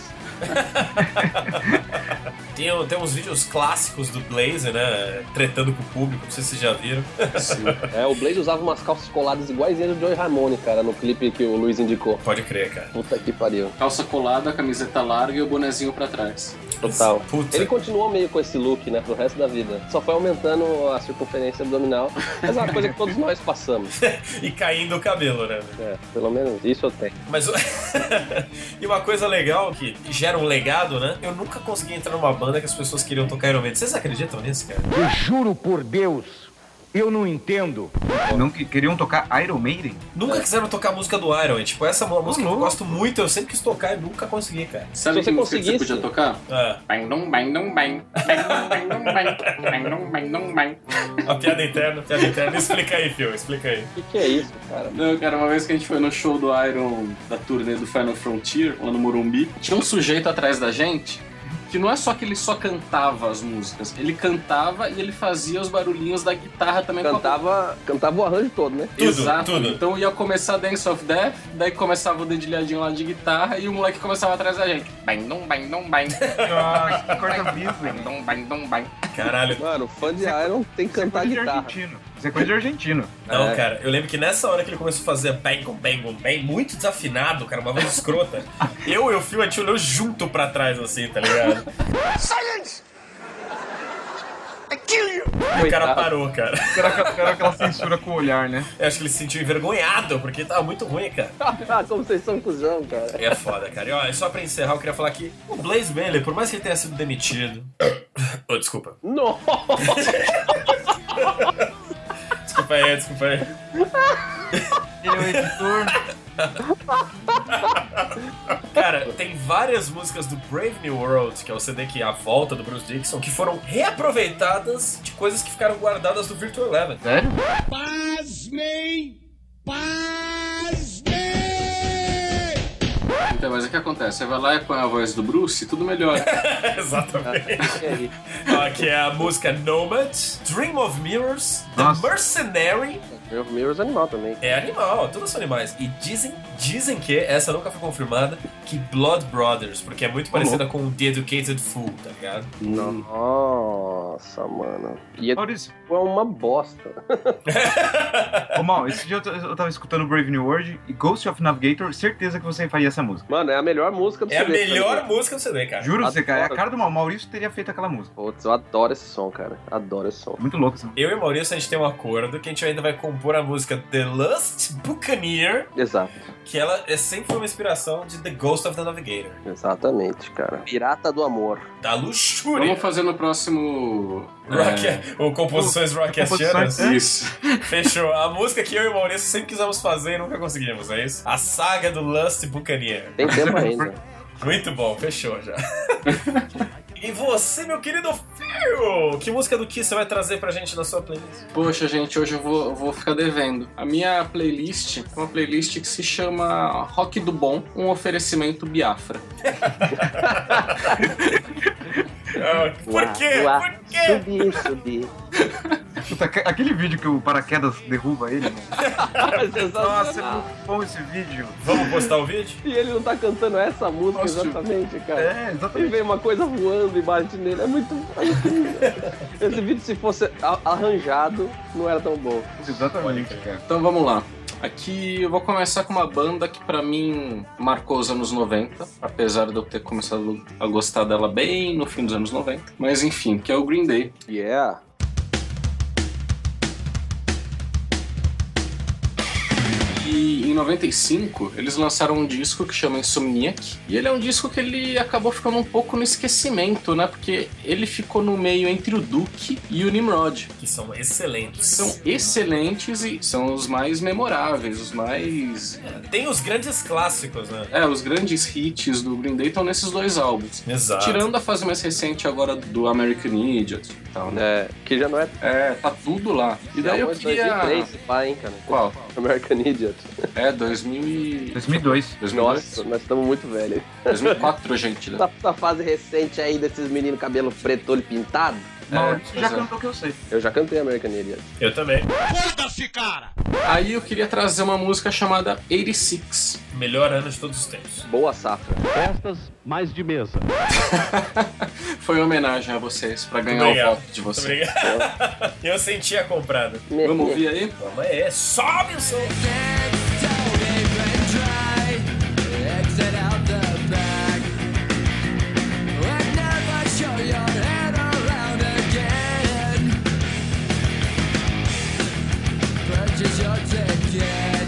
[SPEAKER 1] Tem, um, tem uns vídeos clássicos do Blaze, né? Tretando com o público, não sei se vocês já viram.
[SPEAKER 2] É, o Blaze usava umas calças coladas iguaizinhas do Joey Ramone, cara, no clipe que o Luiz indicou.
[SPEAKER 1] Pode crer, cara.
[SPEAKER 2] Puta que pariu.
[SPEAKER 3] Calça colada, camiseta larga e o bonezinho pra trás.
[SPEAKER 2] Total.
[SPEAKER 1] Puta.
[SPEAKER 2] Ele continuou meio com esse look, né, pro resto da vida. Só foi aumentando a circunferência abdominal. Mas é uma coisa que todos nós passamos.
[SPEAKER 1] E caindo o cabelo, né?
[SPEAKER 2] É, pelo menos isso eu tenho.
[SPEAKER 1] Mas o- e uma coisa legal que gera um legado, né? Eu nunca consegui entrar numa banda que as pessoas queriam tocar Iron Maiden. Vocês acreditam nisso, cara?
[SPEAKER 7] Eu juro por Deus, eu não entendo.
[SPEAKER 4] Não que- queriam tocar Iron Maiden?
[SPEAKER 2] É.
[SPEAKER 1] Nunca quiseram tocar a música do Iron. E, tipo, essa é uma música
[SPEAKER 2] Uhum.
[SPEAKER 1] que eu gosto muito, eu sempre quis tocar e nunca consegui, cara.
[SPEAKER 3] Sabe
[SPEAKER 2] Se você
[SPEAKER 3] que música que você
[SPEAKER 2] conseguisse-
[SPEAKER 3] podia tocar?
[SPEAKER 1] É,
[SPEAKER 3] Bang, dum, bang, dum, bang. Bang, dum, bang, dum, bang. Bang, dum, bang, dum, bang.
[SPEAKER 1] a piada interna, a piada interna. Explica aí, Phil, explica aí.
[SPEAKER 2] O que, que é isso, cara?
[SPEAKER 3] Não, cara, uma vez que a gente foi no show do Iron da turnê do Final Frontier, lá no Morumbi, tinha um sujeito atrás da gente que não é só que ele só cantava as músicas, ele cantava e ele fazia os barulhinhos da guitarra também. com a-
[SPEAKER 2] Cantava, cantava o arranjo todo, né?
[SPEAKER 1] Tudo,
[SPEAKER 3] Exato.
[SPEAKER 1] tudo.
[SPEAKER 3] Então ia começar Dance of Death, daí começava o dedilhadinho lá de guitarra e o moleque começava atrás da gente. Bang, dum, bang, dum, bang.
[SPEAKER 4] Ah, que corta bife,
[SPEAKER 3] Bang,
[SPEAKER 4] né?
[SPEAKER 3] dum, bang, dum, bang.
[SPEAKER 1] Caralho.
[SPEAKER 2] Mano, fã de Iron tem que cantar
[SPEAKER 4] Coisa de
[SPEAKER 2] Tá guitarra.
[SPEAKER 4] argentino. Isso é coisa de argentino.
[SPEAKER 1] Não,
[SPEAKER 2] É.
[SPEAKER 1] cara, eu lembro que nessa hora que ele começou a fazer bang, bang, bang, muito desafinado, cara, uma voz escrota. eu e o Phil, a gente olhou junto pra trás, assim, tá ligado?
[SPEAKER 7] Silence! I kill you!
[SPEAKER 4] né,
[SPEAKER 1] E o cara
[SPEAKER 2] Coitado.
[SPEAKER 1] parou, cara.
[SPEAKER 4] Cara, cara, aquela censura com o olhar, né?
[SPEAKER 1] Eu acho que ele se sentiu envergonhado, porque tava muito ruim, cara.
[SPEAKER 2] Ah, como vocês são cuzão, cara.
[SPEAKER 1] É foda, cara. E ó, só pra encerrar, eu queria falar que o Blaze Bailey, por mais que ele tenha sido demitido. Oh, desculpa.
[SPEAKER 2] Nossa!
[SPEAKER 1] Desculpa aí, desculpa aí.
[SPEAKER 4] Ele é o editor.
[SPEAKER 1] Cara, tem várias músicas do Brave New World, que é o CD que é a volta do Bruce Dixon, que foram reaproveitadas de coisas que ficaram guardadas do Virtual Eleven.
[SPEAKER 4] Sério?
[SPEAKER 7] Pasmem! Pasmem!
[SPEAKER 3] Então, mas o que acontece? Você vai lá e põe a voz do Bruce e tudo melhora.
[SPEAKER 1] Exatamente. Ó, que é a música Nomad, Dream of Mirrors, The
[SPEAKER 4] Nossa.
[SPEAKER 1] Mercenary.
[SPEAKER 2] Meu Mirrors animal também.
[SPEAKER 1] É animal, todos são animais. E dizem, dizem que, essa nunca foi confirmada, que Blood Brothers, porque é muito parecida com The Educated Fool, tá ligado?
[SPEAKER 2] Nossa, mano. E é
[SPEAKER 4] Maurício,
[SPEAKER 2] uma bosta.
[SPEAKER 4] ô Mal, esse dia eu, t- eu tava escutando Brave New World e Ghost of Navigator, certeza que você faria essa música.
[SPEAKER 2] Mano, é a melhor música do
[SPEAKER 1] É a
[SPEAKER 2] CD, tá
[SPEAKER 1] melhor
[SPEAKER 2] ligado?
[SPEAKER 1] música do CD, cara.
[SPEAKER 4] Juro pra você, cara, é a
[SPEAKER 2] Adoro.
[SPEAKER 4] cara do Mal. Maurício teria feito aquela música. É
[SPEAKER 2] Putz, eu adoro esse som, cara. Adoro esse som.
[SPEAKER 4] Muito louco essa música.
[SPEAKER 1] Eu e o Maurício, a gente tem um acordo que a gente ainda vai compor a música The Lust Buccaneer,
[SPEAKER 2] Exato,
[SPEAKER 1] que ela é sempre uma inspiração de The Ghost of the Navigator,
[SPEAKER 2] exatamente, cara. Pirata do amor.
[SPEAKER 1] da Luxúria.
[SPEAKER 3] Vamos fazer no próximo. é,
[SPEAKER 1] Rock, ou composições rockastianas.
[SPEAKER 4] Composições,
[SPEAKER 3] Isso.
[SPEAKER 1] Fechou. A música que eu e o Maurício sempre quisemos fazer e nunca conseguimos, é isso? A saga do Lust Buccaneer.
[SPEAKER 2] Tem tempo ainda.
[SPEAKER 1] Muito bom, fechou já. e você, meu querido Fio, que música do que você vai trazer pra gente na sua playlist?
[SPEAKER 3] Poxa, gente, hoje eu vou, eu vou ficar devendo. A minha playlist é uma playlist que se chama Rock do Bom, um oferecimento Biafra.
[SPEAKER 1] não. Ah, Por quê? Por quê?
[SPEAKER 2] Subi, subi.
[SPEAKER 4] Puta, aque- aquele vídeo que o paraquedas derruba ele, mano. Nossa, é muito bom esse vídeo.
[SPEAKER 1] Vamos postar o vídeo?
[SPEAKER 2] E ele não tá cantando essa música exatamente, cara. É, exatamente. E vem uma coisa voando e bate nele. É muito. é incrível. Esse vídeo, se fosse a- arranjado, não era tão bom.
[SPEAKER 4] Exatamente, cara.
[SPEAKER 3] Então vamos lá. Aqui eu vou começar com uma banda que pra mim marcou os anos 90, apesar de eu ter começado a gostar dela bem no fim dos anos 90. Mas enfim, que é o Green Day.
[SPEAKER 2] Yeah.
[SPEAKER 3] E em 95 eles lançaram um disco que chama Insomniac. E ele é um disco que ele acabou ficando um pouco no esquecimento, né? Porque ele ficou no meio entre o Duke e o Nimrod.
[SPEAKER 1] Que são excelentes.
[SPEAKER 3] São excelentes e são os mais memoráveis, os mais.
[SPEAKER 1] Tem os grandes clássicos, né?
[SPEAKER 3] É, os grandes hits do Green Day estão nesses dois álbuns.
[SPEAKER 1] Exato.
[SPEAKER 3] Tirando a fase mais recente agora do American Idiot e tal,
[SPEAKER 2] né? É, que já não é.
[SPEAKER 3] É, tá tudo lá. E daí eu queria.
[SPEAKER 2] 2003, se pá, hein, cara.
[SPEAKER 3] Qual?
[SPEAKER 2] American Idiot.
[SPEAKER 3] É, 2000 e...
[SPEAKER 4] 2002.
[SPEAKER 2] Nossa, nós estamos muito velhos.
[SPEAKER 3] 2004, gente. né?
[SPEAKER 2] Essa, essa fase recente aí desses meninos cabelo preto, olho pintado.
[SPEAKER 4] Maurício já
[SPEAKER 2] pois é.
[SPEAKER 4] cantou o que eu sei.
[SPEAKER 2] Eu já cantei American Idiot.
[SPEAKER 1] Eu também.
[SPEAKER 7] Foda-se, cara!
[SPEAKER 3] Aí eu queria trazer uma música chamada 86.
[SPEAKER 1] Melhor ano de todos os tempos.
[SPEAKER 2] Boa safra.
[SPEAKER 7] Festas mais de mesa.
[SPEAKER 3] Foi uma homenagem a vocês pra ganhar o
[SPEAKER 1] obrigado.
[SPEAKER 3] voto de
[SPEAKER 1] Muito
[SPEAKER 3] vocês.
[SPEAKER 1] obrigado. Eu senti a comprada.
[SPEAKER 3] Vamos ouvir aí?
[SPEAKER 2] Tá
[SPEAKER 1] Vamos aí, sobe o som.
[SPEAKER 12] Exit out the back. And never show your head around again. Purchase your ticket.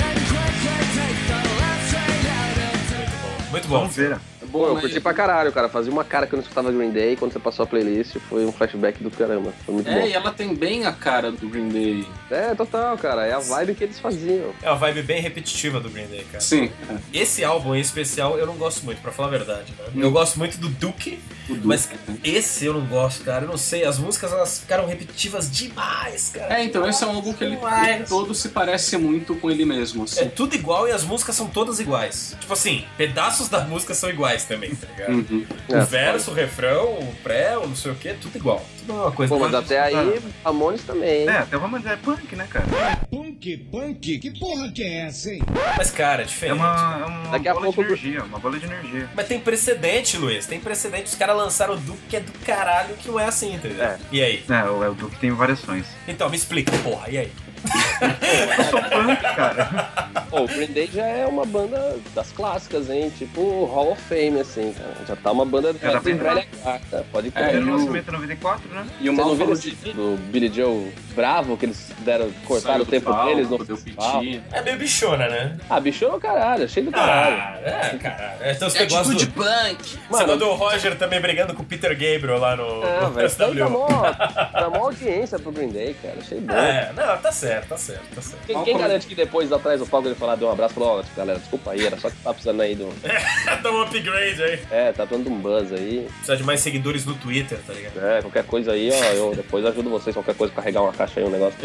[SPEAKER 12] And quickly take the last train out into
[SPEAKER 1] Muito bom.
[SPEAKER 4] Vamos ver. né?
[SPEAKER 2] Bom, eu curti pra caralho, cara. Fazia uma cara que eu não escutava Green Day. e Quando você passou a playlist, foi um flashback do caramba. Foi muito
[SPEAKER 3] É, e
[SPEAKER 2] bom.
[SPEAKER 3] ela tem bem a cara do Green Day.
[SPEAKER 2] É, total, cara. É a vibe que eles faziam.
[SPEAKER 1] É uma vibe bem repetitiva do Green Day, cara.
[SPEAKER 3] Sim.
[SPEAKER 1] Esse álbum em especial eu não gosto muito, pra falar a verdade. né?
[SPEAKER 4] Hum.
[SPEAKER 1] Eu gosto muito do Duke,
[SPEAKER 3] Duke. né?
[SPEAKER 1] mas esse eu não gosto, cara. Eu não sei, as músicas elas ficaram repetitivas demais, cara.
[SPEAKER 3] É, então esse é um álbum que ele, ele todo se parece muito com ele mesmo,
[SPEAKER 1] É
[SPEAKER 3] assim.
[SPEAKER 1] tudo igual e as músicas são todas iguais. Tipo assim, pedaços da música são iguais também, tá
[SPEAKER 2] É. Hum,
[SPEAKER 1] ligado?
[SPEAKER 3] Uhum.
[SPEAKER 1] O verso, o refrão, o pré, o não sei o que, tudo igual. Tudo é uma coisa.
[SPEAKER 2] Pô, mas até aí, Ramones também, hein?
[SPEAKER 4] É, até vamos dizer, é punk, né, cara?
[SPEAKER 7] Punk, punk, que porra que é essa, hein?
[SPEAKER 1] Mas, cara, é
[SPEAKER 4] É
[SPEAKER 1] diferente.
[SPEAKER 4] uma, é uma
[SPEAKER 2] Daqui a
[SPEAKER 4] bola
[SPEAKER 2] pouco-
[SPEAKER 4] de energia, uma bola de energia.
[SPEAKER 1] Mas tem precedente, Luiz. Tem precedente. Os caras lançaram o Duke que é do caralho, que não é assim, entendeu?
[SPEAKER 4] É.
[SPEAKER 1] E aí?
[SPEAKER 4] É, o, é o Duke tem variações.
[SPEAKER 1] Então, me explica, porra, e aí?
[SPEAKER 4] Punk, cara.
[SPEAKER 2] Pô, o Green Day já é uma banda das clássicas, hein? Tipo Hall of Fame, assim, cara. Já tá uma banda
[SPEAKER 4] Já tá
[SPEAKER 2] já tem
[SPEAKER 4] bem
[SPEAKER 2] velha guarda, pode crer.
[SPEAKER 3] É,
[SPEAKER 4] Primeiro
[SPEAKER 3] e o-
[SPEAKER 4] lançamento em 94, né?
[SPEAKER 3] E o
[SPEAKER 2] Você
[SPEAKER 3] mal
[SPEAKER 2] não viu
[SPEAKER 3] falou
[SPEAKER 2] esse
[SPEAKER 3] de...
[SPEAKER 2] do Billy Joe bravo, que eles deram, cortaram
[SPEAKER 3] saiu
[SPEAKER 2] o
[SPEAKER 3] do
[SPEAKER 2] tempo
[SPEAKER 3] palco,
[SPEAKER 2] deles no
[SPEAKER 3] deu
[SPEAKER 2] festival?
[SPEAKER 3] piti.
[SPEAKER 1] É meio bichona, né?
[SPEAKER 2] Ah, bicho é o caralho, cheio do caralho.
[SPEAKER 1] Ah, é, cara. Então
[SPEAKER 3] É
[SPEAKER 1] você gosta
[SPEAKER 3] atitude
[SPEAKER 1] do...
[SPEAKER 3] punk!
[SPEAKER 1] Você mandou o Roger também brigando com o Peter Gabriel lá no
[SPEAKER 2] Ah,
[SPEAKER 1] no
[SPEAKER 2] velho, isso daí dá
[SPEAKER 1] SW.
[SPEAKER 2] mó, dá mó audiência pro Green Day, cara. Achei bom.
[SPEAKER 1] É, não, tá certo, tá certo, tá certo.
[SPEAKER 2] Quem, quem garante que depois, atrás do palco, ele falar, deu um abraço e falou, ó, galera, desculpa aí, era só que tá precisando aí do...
[SPEAKER 1] Dá um upgrade aí.
[SPEAKER 2] É, tá dando um buzz aí.
[SPEAKER 1] Precisa de mais seguidores no Twitter, tá ligado?
[SPEAKER 2] É, qualquer coisa aí, ó, eu depois ajudo vocês, qualquer coisa, carregar uma caixa aí, um negócio.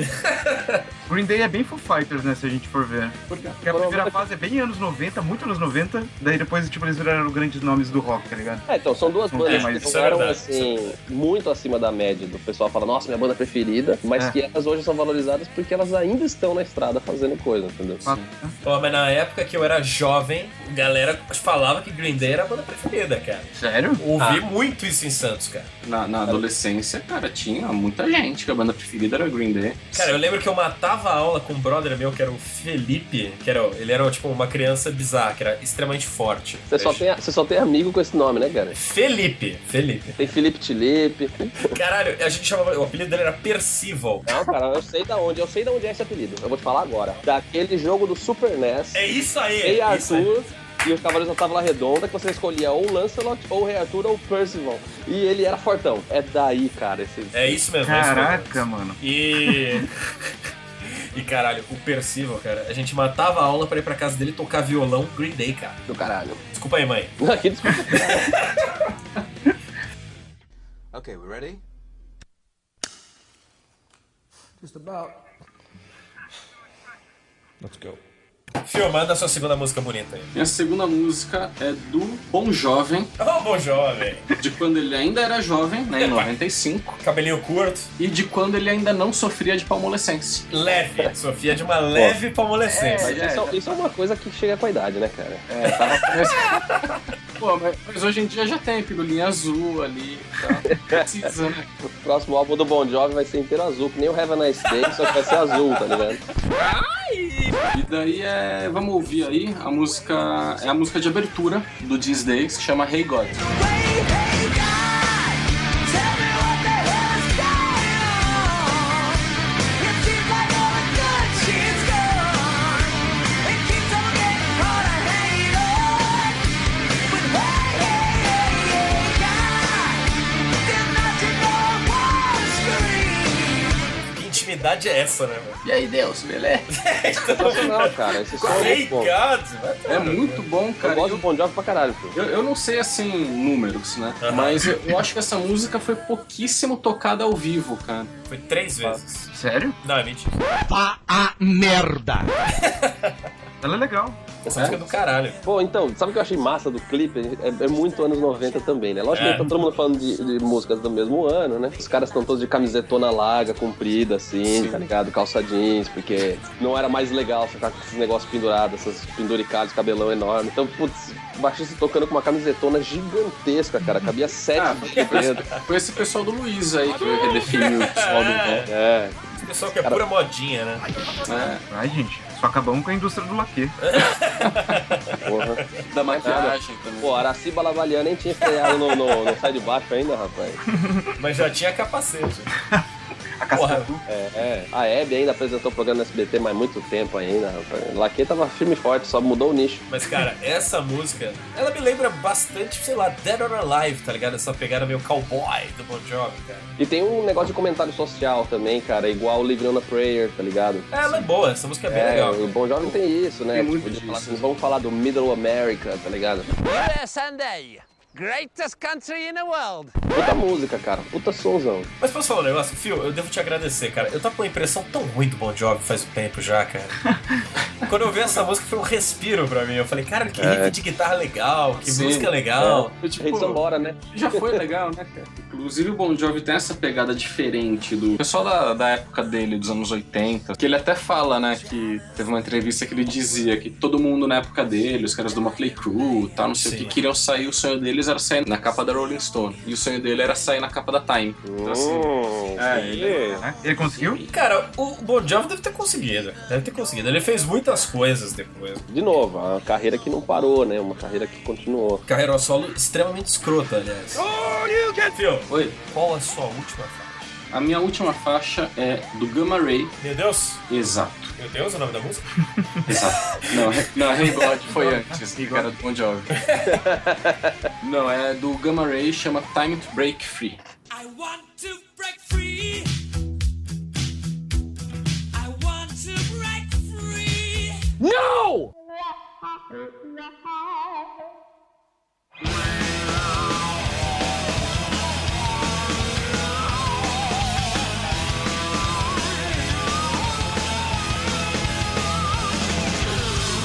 [SPEAKER 4] Green Day é bem Foo Fighters, né, se a gente for ver. Porque a primeira fase é bem anos 90, muito anos 90. Daí depois, tipo, eles viraram grandes nomes do rock, tá ligado?
[SPEAKER 2] É, então, são duas
[SPEAKER 4] Não
[SPEAKER 2] bandas
[SPEAKER 4] tem mais,
[SPEAKER 2] que
[SPEAKER 1] isso é
[SPEAKER 2] ficaram,
[SPEAKER 1] verdade,
[SPEAKER 2] assim, muito acima da média do pessoal fala, nossa, minha banda preferida, mas
[SPEAKER 4] É.
[SPEAKER 2] que elas hoje são valorizadas porque elas ainda estão na estrada fazendo coisa, entendeu?
[SPEAKER 1] Ah,
[SPEAKER 4] né?
[SPEAKER 1] Ó, mas na época que eu era jovem, a galera falava que Green Day era a banda preferida, cara.
[SPEAKER 4] Sério?
[SPEAKER 1] Ouvi
[SPEAKER 2] Ah.
[SPEAKER 1] muito isso em Santos, cara.
[SPEAKER 3] Na, na adolescência, cara, tinha muita gente que a banda preferida era Green Day.
[SPEAKER 1] Cara, eu lembro que eu matava a aula com um brother meu, que era o Felipe, que era, ele era tipo uma criança bizarra, que era extremamente forte.
[SPEAKER 2] Você só, tem, você só tem amigo com esse nome, né, cara?
[SPEAKER 1] Felipe, Felipe.
[SPEAKER 2] Tem Felipe Tilipe.
[SPEAKER 1] Caralho, a gente chamava. O apelido dele era Percival.
[SPEAKER 2] Não, cara, eu sei da onde, eu sei da onde é esse apelido. Eu vou te falar agora. Daquele jogo do Super NES,
[SPEAKER 1] É isso aí!
[SPEAKER 2] Rei
[SPEAKER 1] é isso aí.
[SPEAKER 2] Arthur e os Cavaleiros da Tábua Redonda, que você escolhia ou Lancelot, ou Rei Arthur, ou Percival. E ele era fortão. É daí, cara, esse...
[SPEAKER 1] É isso mesmo. é isso mesmo.
[SPEAKER 4] Caraca, mano.
[SPEAKER 1] E. E caralho, o Percival, cara, a gente matava a aula pra ir pra casa dele tocar violão Green Day, cara.
[SPEAKER 2] do caralho.
[SPEAKER 1] Desculpa aí, mãe.
[SPEAKER 2] Aqui, desculpa.
[SPEAKER 12] Okay, we ready? Just about. Let's go.
[SPEAKER 1] Filmando a sua segunda música bonita aí.
[SPEAKER 3] Minha segunda música é do Bom Jovem.
[SPEAKER 1] Oh, Bom Jovem!
[SPEAKER 3] De quando ele ainda era jovem, né? Em
[SPEAKER 1] Epa.
[SPEAKER 3] 95.
[SPEAKER 1] Cabelinho curto.
[SPEAKER 3] E de quando ele ainda não sofria de palmolescência.
[SPEAKER 1] Leve. Sofia de uma leve palmolescência.
[SPEAKER 2] Mas isso, é, isso é uma coisa que chega com a idade, né, cara?
[SPEAKER 3] É, tava mas... Pô, mas, mas hoje em dia já tem pilulinha azul ali e tal. Precisa, né?
[SPEAKER 2] O próximo álbum do Bon Jovi vai ser inteiro azul, que nem o Have a Nice Day, só que vai ser azul, tá ligado?
[SPEAKER 3] E daí é. Vamos ouvir aí a música. É a música de abertura do These Days, que chama Hey God.
[SPEAKER 1] Que intimidade é essa, né, mano?
[SPEAKER 3] E aí, Deus, beleza?
[SPEAKER 2] Sensacional, cara. Esse som é
[SPEAKER 1] Hey
[SPEAKER 2] muito bom.
[SPEAKER 1] God! vai tomar
[SPEAKER 3] É
[SPEAKER 1] no cu.
[SPEAKER 3] muito bom,
[SPEAKER 2] Eu
[SPEAKER 3] cara.
[SPEAKER 2] gosto
[SPEAKER 3] Eu-
[SPEAKER 2] do Bon Jovi pra caralho, filho.
[SPEAKER 3] Eu, eu não sei, assim, números, né?
[SPEAKER 1] Aham.
[SPEAKER 3] Mas eu, eu acho que essa música foi pouquíssimo tocada ao vivo, cara.
[SPEAKER 1] Foi três vezes.
[SPEAKER 4] Sério?
[SPEAKER 1] Não, é mentira.
[SPEAKER 7] Pá a merda!
[SPEAKER 4] Ela é legal.
[SPEAKER 1] Essa música é do caralho.
[SPEAKER 2] Pô, então, sabe o que eu achei massa do clipe? É, é muito anos 90 também, né? Lógico
[SPEAKER 1] É.
[SPEAKER 2] que tá todo mundo falando de, de músicas do mesmo ano, né? Os caras estão todos de camisetona larga, comprida, assim, tá ligado? Calça jeans, porque não era mais legal ficar com esses negócios pendurados, essas penduricalhos, cabelão enorme. Então, putz, o baixista tocando com uma camisetona gigantesca, cara. Cabia sete
[SPEAKER 3] Ah,
[SPEAKER 2] dentro.
[SPEAKER 3] Foi esse pessoal do Luiz aí que redefiniu o pessoal do rock.
[SPEAKER 2] É.
[SPEAKER 1] Esse pessoal que é pura modinha, né?
[SPEAKER 3] né?
[SPEAKER 4] Ai, gente, só acabamos com a indústria do laque.
[SPEAKER 2] Porra.
[SPEAKER 3] Da maquiagem também.
[SPEAKER 2] Pô, Araci Balavalian nem tinha estreado no, no, no Sai de Baixo ainda, rapaz.
[SPEAKER 1] Mas já tinha capacete.
[SPEAKER 4] A
[SPEAKER 1] Porra.
[SPEAKER 4] Cascadu.
[SPEAKER 2] É, a Hebe ainda apresentou o programa no SBT, mas muito tempo ainda, rapaz. Laque tava firme e forte, só mudou o nicho.
[SPEAKER 1] Mas, cara, essa música, ela me lembra bastante, sei lá, Dead or Alive, tá ligado? Essa pegada meio cowboy do Bon Jovi, cara.
[SPEAKER 2] E tem um negócio de comentário social também, cara, igual o Living on a Prayer, tá ligado?
[SPEAKER 1] Ela é boa, essa música é bem
[SPEAKER 2] É,
[SPEAKER 1] legal.
[SPEAKER 2] o Bom Jovem tem isso, né?
[SPEAKER 3] Tem muito
[SPEAKER 2] de falar,
[SPEAKER 3] disso.
[SPEAKER 2] assim, vamos falar do Middle America, tá ligado?
[SPEAKER 5] Sunday, greatest country in the world.
[SPEAKER 2] Puta música, cara, puta sonzão.
[SPEAKER 1] Mas posso falar um negócio? Phil, eu devo te agradecer, cara. Eu tô com uma impressão tão ruim do Bon Jovi faz um tempo já, cara. Quando eu vi essa música, foi um respiro pra mim. Eu falei, cara, que riff de guitarra legal, que
[SPEAKER 3] Sim,
[SPEAKER 1] música legal.
[SPEAKER 3] Eu,
[SPEAKER 2] A gente
[SPEAKER 3] tipo,
[SPEAKER 2] vambora, né?
[SPEAKER 3] já foi legal, né, cara? Inclusive o Bon Jovi tem essa pegada diferente do pessoal da, da época dele, dos anos 80, que ele até fala, né, que teve uma entrevista que ele dizia que todo mundo na época dele, os caras do Motley Crue e tal, não sei o
[SPEAKER 1] Sim.
[SPEAKER 3] que, queriam sair, o sonho deles era sair na capa da Rolling Stone. E o sonho dele era sair na capa da Time. Então,
[SPEAKER 1] Oh.
[SPEAKER 3] assim,
[SPEAKER 2] Hum,
[SPEAKER 3] é,
[SPEAKER 2] sim.
[SPEAKER 4] né? Ele conseguiu?
[SPEAKER 1] Cara, o Bon Jovi deve ter conseguido. Deve ter conseguido. Ele fez muitas coisas depois.
[SPEAKER 2] De novo, uma carreira que não parou, né? Uma carreira que continuou.
[SPEAKER 1] Carreira ao solo extremamente escrota, aliás. Phil,
[SPEAKER 3] Oi,
[SPEAKER 1] qual a sua última faixa?
[SPEAKER 3] a minha última faixa é do Gamma Ray.
[SPEAKER 1] Meu Deus!
[SPEAKER 3] Exato,
[SPEAKER 1] Meu Deus, é o nome da música?
[SPEAKER 3] exato. Não, é- não Hey God foi antes, que era do Bon Jovi. Não, é do Gamma Ray, chama Time to Break Free.
[SPEAKER 12] I want to break free. I want to break free.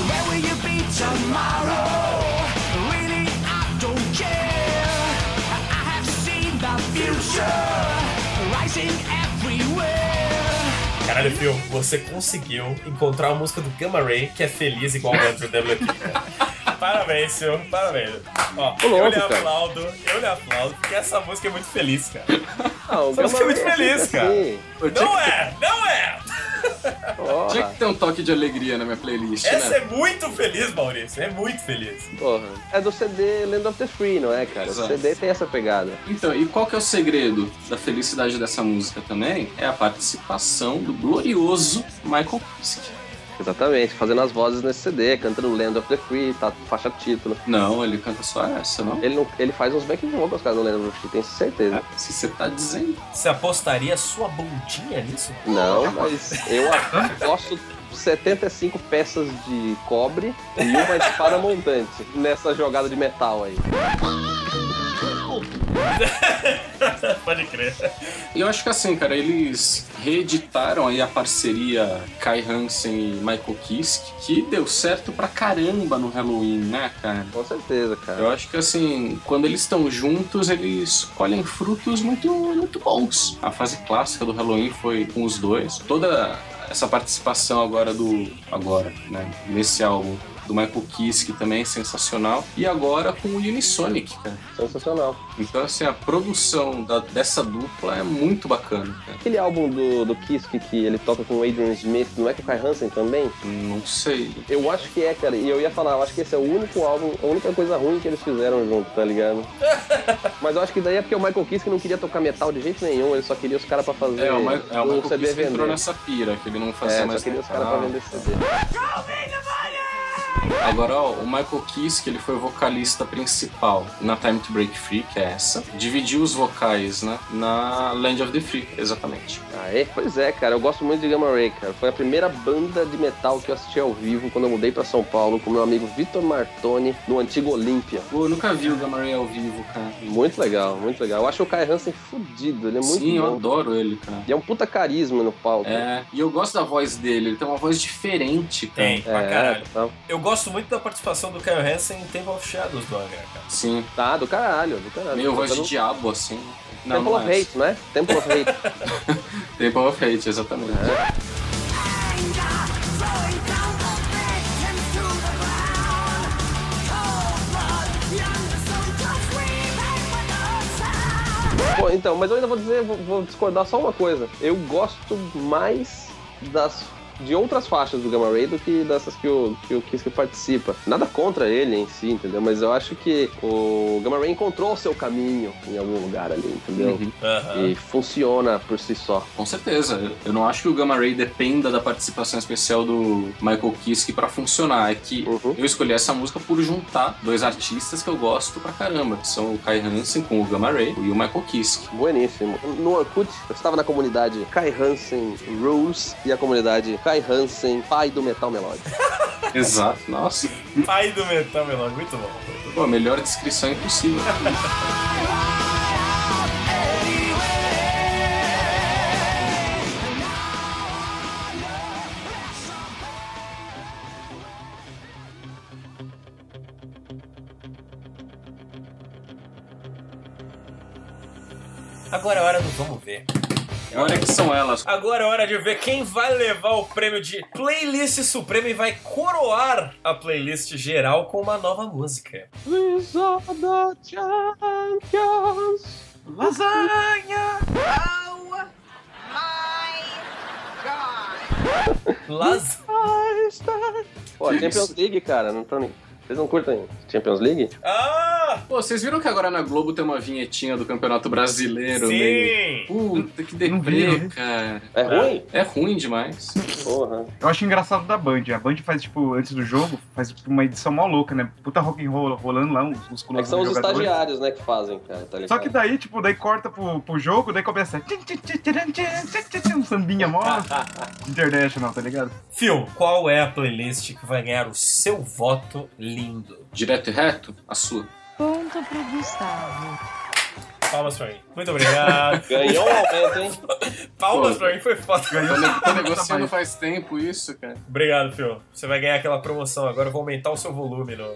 [SPEAKER 5] Where will you be tomorrow? Really, I don't care. I have seen the future rising everywhere.
[SPEAKER 1] Caralho, Phil, você conseguiu encontrar a música do Gamma Ray que é feliz igual o Andrew WK. cara. Parabéns, Phil, parabéns. Ó, eu
[SPEAKER 2] louco,
[SPEAKER 1] lhe
[SPEAKER 2] cara.
[SPEAKER 1] aplaudo, eu lhe aplaudo, porque essa música é muito feliz, cara.
[SPEAKER 2] Ah, o
[SPEAKER 1] Essa música é muito
[SPEAKER 2] Gamma Ray,
[SPEAKER 1] feliz, cara.
[SPEAKER 2] assim,
[SPEAKER 3] Eu tinha
[SPEAKER 1] Não
[SPEAKER 3] que-
[SPEAKER 1] é, não é!
[SPEAKER 3] Tinha
[SPEAKER 2] Porra,
[SPEAKER 3] que ter um toque de alegria na minha playlist,
[SPEAKER 1] Essa
[SPEAKER 3] né?
[SPEAKER 1] é muito feliz, Maurício, é muito feliz.
[SPEAKER 2] porra. É do CD Land of the Free, não é, cara?
[SPEAKER 3] Exato.
[SPEAKER 2] O CD tem essa pegada.
[SPEAKER 3] Então, e qual que é o segredo da felicidade dessa música também? É a participação do glorioso Michael Kiske.
[SPEAKER 2] Exatamente, fazendo as vozes nesse CD, cantando Land of the Free, tá faixa título.
[SPEAKER 3] Não, ele canta só essa, não?
[SPEAKER 2] Ele, não, ele faz uns back vocals, cara, no Land of the Free, tenho certeza.
[SPEAKER 3] É, Se você tá dizendo.
[SPEAKER 1] Você apostaria sua bundinha nisso?
[SPEAKER 3] É,
[SPEAKER 2] Não, mas eu aposto 75 peças de cobre e uma espada montante nessa jogada de metal aí.
[SPEAKER 1] Pode crer.
[SPEAKER 3] E eu acho que assim, cara, eles reeditaram aí a parceria Kai Hansen e Michael Kiske, que deu certo pra caramba no Halloween, né, cara?
[SPEAKER 2] Com certeza, cara.
[SPEAKER 3] Eu acho que assim, quando eles estão juntos, eles colhem frutos muito, muito bons. A fase clássica do Halloween foi com os dois. Toda essa participação agora do. agora, né? Nesse álbum. Do Michael Kiske também é sensacional. E agora com o Unisonic, cara.
[SPEAKER 2] Sensacional.
[SPEAKER 3] Então, assim, a produção da- dessa dupla é muito bacana, cara.
[SPEAKER 2] Aquele álbum do, do Kiske que ele toca com o Adrian Smith, não é com o Kai Hansen também?
[SPEAKER 3] Não sei.
[SPEAKER 2] Eu acho que é, cara. E eu ia falar, eu acho que esse é o único álbum, a única coisa ruim que eles fizeram junto, tá ligado? Mas eu acho que daí é porque o Michael Kiske não queria tocar metal de jeito nenhum, ele só queria os caras pra fazer
[SPEAKER 3] É, o, Ma- é, o
[SPEAKER 2] o
[SPEAKER 3] Michael
[SPEAKER 2] CD
[SPEAKER 3] Kiske entrou
[SPEAKER 2] vender.
[SPEAKER 3] nessa pira, que ele não
[SPEAKER 2] É,
[SPEAKER 3] fazia
[SPEAKER 2] só
[SPEAKER 3] mais
[SPEAKER 2] queria os
[SPEAKER 3] metal.
[SPEAKER 2] caras pra vender CD.
[SPEAKER 3] Agora, ó, o Michael Kiske, ele foi o vocalista principal na Time to Break Free, que é essa. Dividiu os vocais, né, na Land of the Free, exatamente.
[SPEAKER 2] Ah, é? Pois é, cara. Eu gosto muito de Gamma Ray, cara. Foi a primeira banda de metal que eu assisti ao vivo quando eu mudei pra São Paulo com meu amigo Vitor Martoni, no antigo Olímpia.
[SPEAKER 3] Pô, eu nunca vi o Gamma Ray ao vivo, cara.
[SPEAKER 2] Muito legal, muito legal. Eu acho o Kai Hansen fudido, ele é muito
[SPEAKER 3] Sim,
[SPEAKER 2] bom.
[SPEAKER 3] eu adoro ele, cara.
[SPEAKER 2] E é um puta carisma no palco.
[SPEAKER 3] É, e eu gosto da voz dele, ele tem uma voz diferente, cara.
[SPEAKER 1] Tem, pra
[SPEAKER 2] É,
[SPEAKER 1] caralho.
[SPEAKER 2] tá.
[SPEAKER 1] Eu gosto muito da participação do Kyle Hansen em Temple of Shadows do Angra, cara.
[SPEAKER 3] Sim.
[SPEAKER 2] Tá, do caralho, do caralho.
[SPEAKER 3] Meio voz de
[SPEAKER 2] Temple
[SPEAKER 3] diabo, assim. Não,
[SPEAKER 2] Temple
[SPEAKER 3] não
[SPEAKER 2] of
[SPEAKER 3] é.
[SPEAKER 2] Hate, né? Temple of Hate.
[SPEAKER 3] Temple of Hate, exatamente.
[SPEAKER 2] Pô, então, mas eu ainda vou dizer, vou, vou discordar só uma coisa. Eu gosto mais das de outras faixas do Gamma Ray do que dessas que o, que o Kiske participa. Nada contra ele em si, entendeu? Mas eu acho que o Gamma Ray encontrou o seu caminho em algum lugar ali, entendeu?
[SPEAKER 3] Uhum.
[SPEAKER 2] E funciona por si só.
[SPEAKER 3] Com certeza. Eu- Eu não acho que o Gamma Ray dependa da participação especial do Michael Kiske pra funcionar. É que eu escolhi essa música por juntar dois artistas que eu gosto pra caramba, que são o Kai Hansen com o Gamma Ray e o Michael Kiske.
[SPEAKER 2] Bueníssimo. No Orkut, eu estava na comunidade Kai Hansen Rules e a comunidade Kai Hansen, pai do metal melódico.
[SPEAKER 3] Exato. Nossa.
[SPEAKER 1] Uhum. Pai do metal, meu nome. Muito bom. muito
[SPEAKER 3] Pô, a melhor descrição é impossível.
[SPEAKER 1] bom. Agora é hora do Vamos Ver.
[SPEAKER 3] Agora que são elas.
[SPEAKER 1] Agora é hora de ver quem vai levar o prêmio de Playlist Suprema e vai coroar a playlist geral com uma nova música.
[SPEAKER 5] These are the champions. Lasagna. Oh my god.
[SPEAKER 1] Las...
[SPEAKER 2] Pô,
[SPEAKER 3] Que
[SPEAKER 2] Champions
[SPEAKER 3] isso?
[SPEAKER 2] League, cara, não tô nem... Vocês não curtem Champions League?
[SPEAKER 1] Ah,
[SPEAKER 3] Pô, vocês viram que agora na Globo tem uma vinhetinha do Campeonato Brasileiro?
[SPEAKER 1] Sim.
[SPEAKER 3] Meio... Puta, que deprê, cara.
[SPEAKER 2] É ruim?
[SPEAKER 3] É ruim demais.
[SPEAKER 2] Porra.
[SPEAKER 4] Eu acho engraçado da Band. A Band faz, tipo, antes do jogo, faz tipo, uma edição mó louca, né? Puta rock and roll rolando lá, uns
[SPEAKER 2] É
[SPEAKER 4] musculosos
[SPEAKER 2] que são os
[SPEAKER 4] jogadores.
[SPEAKER 2] estagiários, né, que fazem, cara, tá ligado?
[SPEAKER 4] Só que daí, tipo, daí corta pro, pro jogo, daí começa. tchim, tchim, tchim, tcharam, tchim, tchim, tchim, tchim, Um sambinha mó international, tá ligado?
[SPEAKER 1] Phil, qual é a playlist que vai ganhar o seu voto lindo?
[SPEAKER 3] Direto e reto? A sua.
[SPEAKER 1] Ponto pro Gustavo. Palmas pra mim. Muito obrigado.
[SPEAKER 2] Ganhou um aumento, hein?
[SPEAKER 1] Palmas pra mim foi foda.
[SPEAKER 3] Tô ne- Tô negociando faz tempo isso, cara.
[SPEAKER 1] Obrigado, Phil. Você vai ganhar aquela promoção. Agora eu vou aumentar o seu volume. No...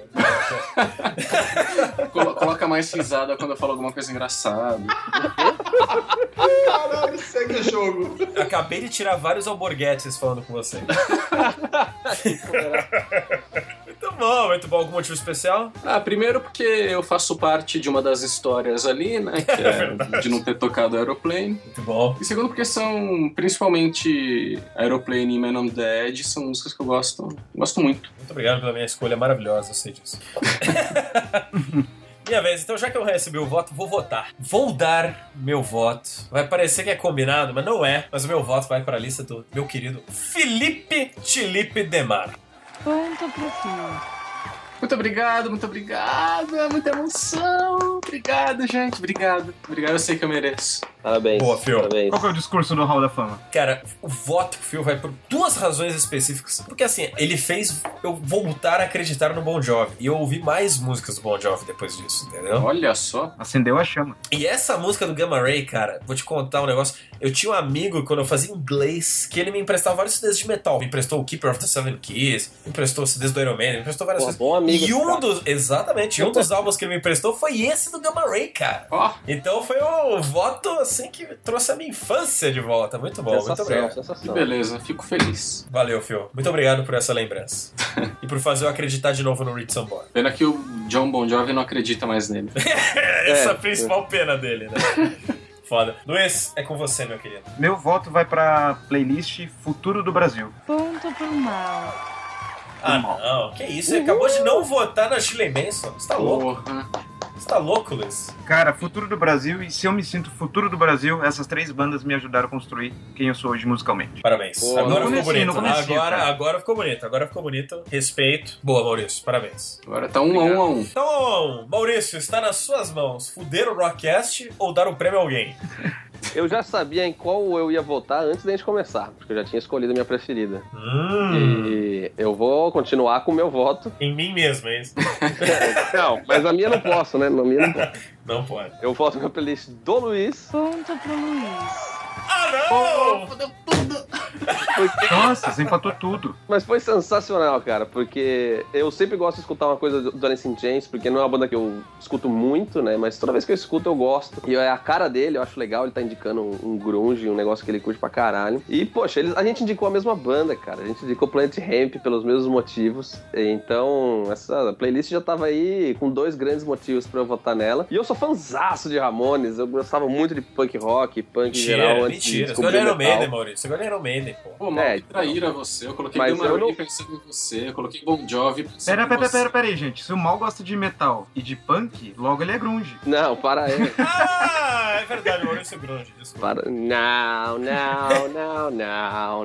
[SPEAKER 3] Colo- Coloca mais risada quando eu falo alguma coisa engraçada.
[SPEAKER 1] Caralho, segue o jogo. Acabei de tirar vários alborguetes falando com você. muito bom, muito bom. Algum motivo especial?
[SPEAKER 3] Ah, primeiro porque eu faço parte de uma das histórias ali, né? Que é de não ter tocado aeroplane.
[SPEAKER 1] Muito bom.
[SPEAKER 3] E segundo porque são principalmente Aeroplane e Man on the Edge, são músicas que eu gosto, gosto muito.
[SPEAKER 1] Muito obrigado pela minha escolha maravilhosa, eu sei disso. Minha vez, então já que eu recebi o voto, vou votar. Vou dar meu voto. Vai parecer que é combinado, mas não é. Mas o meu voto vai para a lista do meu querido Felipe Tilipe Demar.
[SPEAKER 3] Quanto profundo. Muito obrigado, muito obrigado, é muita emoção. Obrigado, gente, obrigado. Obrigado, eu sei que eu mereço.
[SPEAKER 2] Parabéns.
[SPEAKER 1] Boa, Phil.
[SPEAKER 2] Parabéns.
[SPEAKER 4] Qual que é o discurso do Hall da Fama?
[SPEAKER 1] Cara, o voto que o Phil vai por duas razões específicas. Porque assim, ele fez eu voltar a acreditar no Bon Jovi. E eu ouvi mais músicas do Bon Jovi depois disso, entendeu?
[SPEAKER 3] Olha só.
[SPEAKER 4] Acendeu a chama.
[SPEAKER 1] E essa música do Gamma Ray, cara, vou te contar um negócio. Eu tinha um amigo, quando eu fazia inglês, que ele me emprestava vários CDs de metal. Me emprestou o Keeper of the Seven Keys, me emprestou CDs do Iron Man, me emprestou várias
[SPEAKER 2] Pô,
[SPEAKER 1] coisas.
[SPEAKER 2] bom amigo
[SPEAKER 1] E
[SPEAKER 2] esse
[SPEAKER 1] um
[SPEAKER 2] cara.
[SPEAKER 1] dos... Exatamente. Um dos álbuns que ele me emprestou foi esse do Gamma Ray, cara.
[SPEAKER 3] Ó.
[SPEAKER 1] Então foi um voto, assim, que trouxe a minha infância de volta. Muito bom, muito
[SPEAKER 2] Sensação,
[SPEAKER 1] obrigado.
[SPEAKER 2] sensação.
[SPEAKER 3] Beleza, fico feliz.
[SPEAKER 1] Valeu, Phil. Muito obrigado por essa lembrança. e por fazer eu acreditar de novo no Rich Sambora.
[SPEAKER 3] Pena que o John Bon Jovi não acredita mais nele.
[SPEAKER 1] Essa é a principal pena dele, né? Foda. Luiz, é com você, meu querido.
[SPEAKER 4] Meu voto vai pra playlist Futuro do Brasil.
[SPEAKER 13] Ponto pro mal.
[SPEAKER 1] Ah, não. Que isso? Ele acabou de não votar na Shirley Manson. Você tá louco?
[SPEAKER 3] Porra.
[SPEAKER 1] Você tá louco, Luiz?
[SPEAKER 4] Cara, Futuro do Brasil e Se Eu Me Sinto Futuro do Brasil, essas três bandas me ajudaram a construir quem eu sou hoje musicalmente.
[SPEAKER 1] Parabéns.
[SPEAKER 4] Boa,
[SPEAKER 1] agora
[SPEAKER 4] no
[SPEAKER 1] ficou
[SPEAKER 4] comecinho,
[SPEAKER 1] bonito.
[SPEAKER 4] no comecinho,
[SPEAKER 1] agora,
[SPEAKER 4] cara.
[SPEAKER 1] agora ficou bonito. Agora ficou bonito. Respeito. Boa, Maurício. Parabéns.
[SPEAKER 3] Agora tá um a um a um.
[SPEAKER 1] Então, Maurício, está nas suas mãos fuder o Rockcast ou dar um prêmio a alguém?
[SPEAKER 2] Eu já sabia em qual eu ia votar antes da gente começar, porque eu já tinha escolhido a minha preferida. E eu vou continuar com o meu voto.
[SPEAKER 1] Hum, Em mim mesmo, é isso?
[SPEAKER 2] Não, mas a minha não posso, né? Na minha não posso.
[SPEAKER 1] Não pode.
[SPEAKER 2] Eu voto na playlist do Luiz.
[SPEAKER 13] Ponto pro Luiz.
[SPEAKER 1] Ah, não!
[SPEAKER 2] Porque...
[SPEAKER 4] Nossa, você empatou tudo.
[SPEAKER 2] Mas foi sensacional, cara, porque eu sempre gosto de escutar uma coisa do do Alice in Chains, porque não é uma banda que eu escuto muito, né? Mas toda vez que eu escuto, eu gosto. E é a cara dele, eu acho legal, ele tá indicando um, um grunge, um negócio que ele curte pra caralho. E, poxa, eles- a gente indicou a mesma banda, cara. A gente indicou Planet Hemp pelos mesmos motivos. Então, essa playlist já tava aí com dois grandes motivos pra eu votar nela. E eu sou fanzaço de Ramones, eu gostava muito de punk rock, punk em geral.
[SPEAKER 1] Mentira,
[SPEAKER 2] antes de
[SPEAKER 1] mentira. Você
[SPEAKER 2] descobrir
[SPEAKER 1] ganhou Iron
[SPEAKER 2] metal.
[SPEAKER 1] Maiden, Maurício. Você ganhou Iron Maiden, pô.
[SPEAKER 3] Pô, mal,
[SPEAKER 2] É,
[SPEAKER 3] que traíra você. Eu coloquei
[SPEAKER 2] Mas
[SPEAKER 3] Gilmar
[SPEAKER 2] eu não-
[SPEAKER 3] Lee pensando em você. Eu coloquei Bon Jovi pensando
[SPEAKER 4] Pera,
[SPEAKER 3] em
[SPEAKER 4] pera,
[SPEAKER 3] você.
[SPEAKER 4] pera, pera aí, gente. Se o mal gosta de metal e de punk, logo ele é grunge.
[SPEAKER 2] Não, para aí.
[SPEAKER 1] Ah, é verdade, Maurício é grande. Desculpa.
[SPEAKER 2] Para... Não, não, não, não, não, não,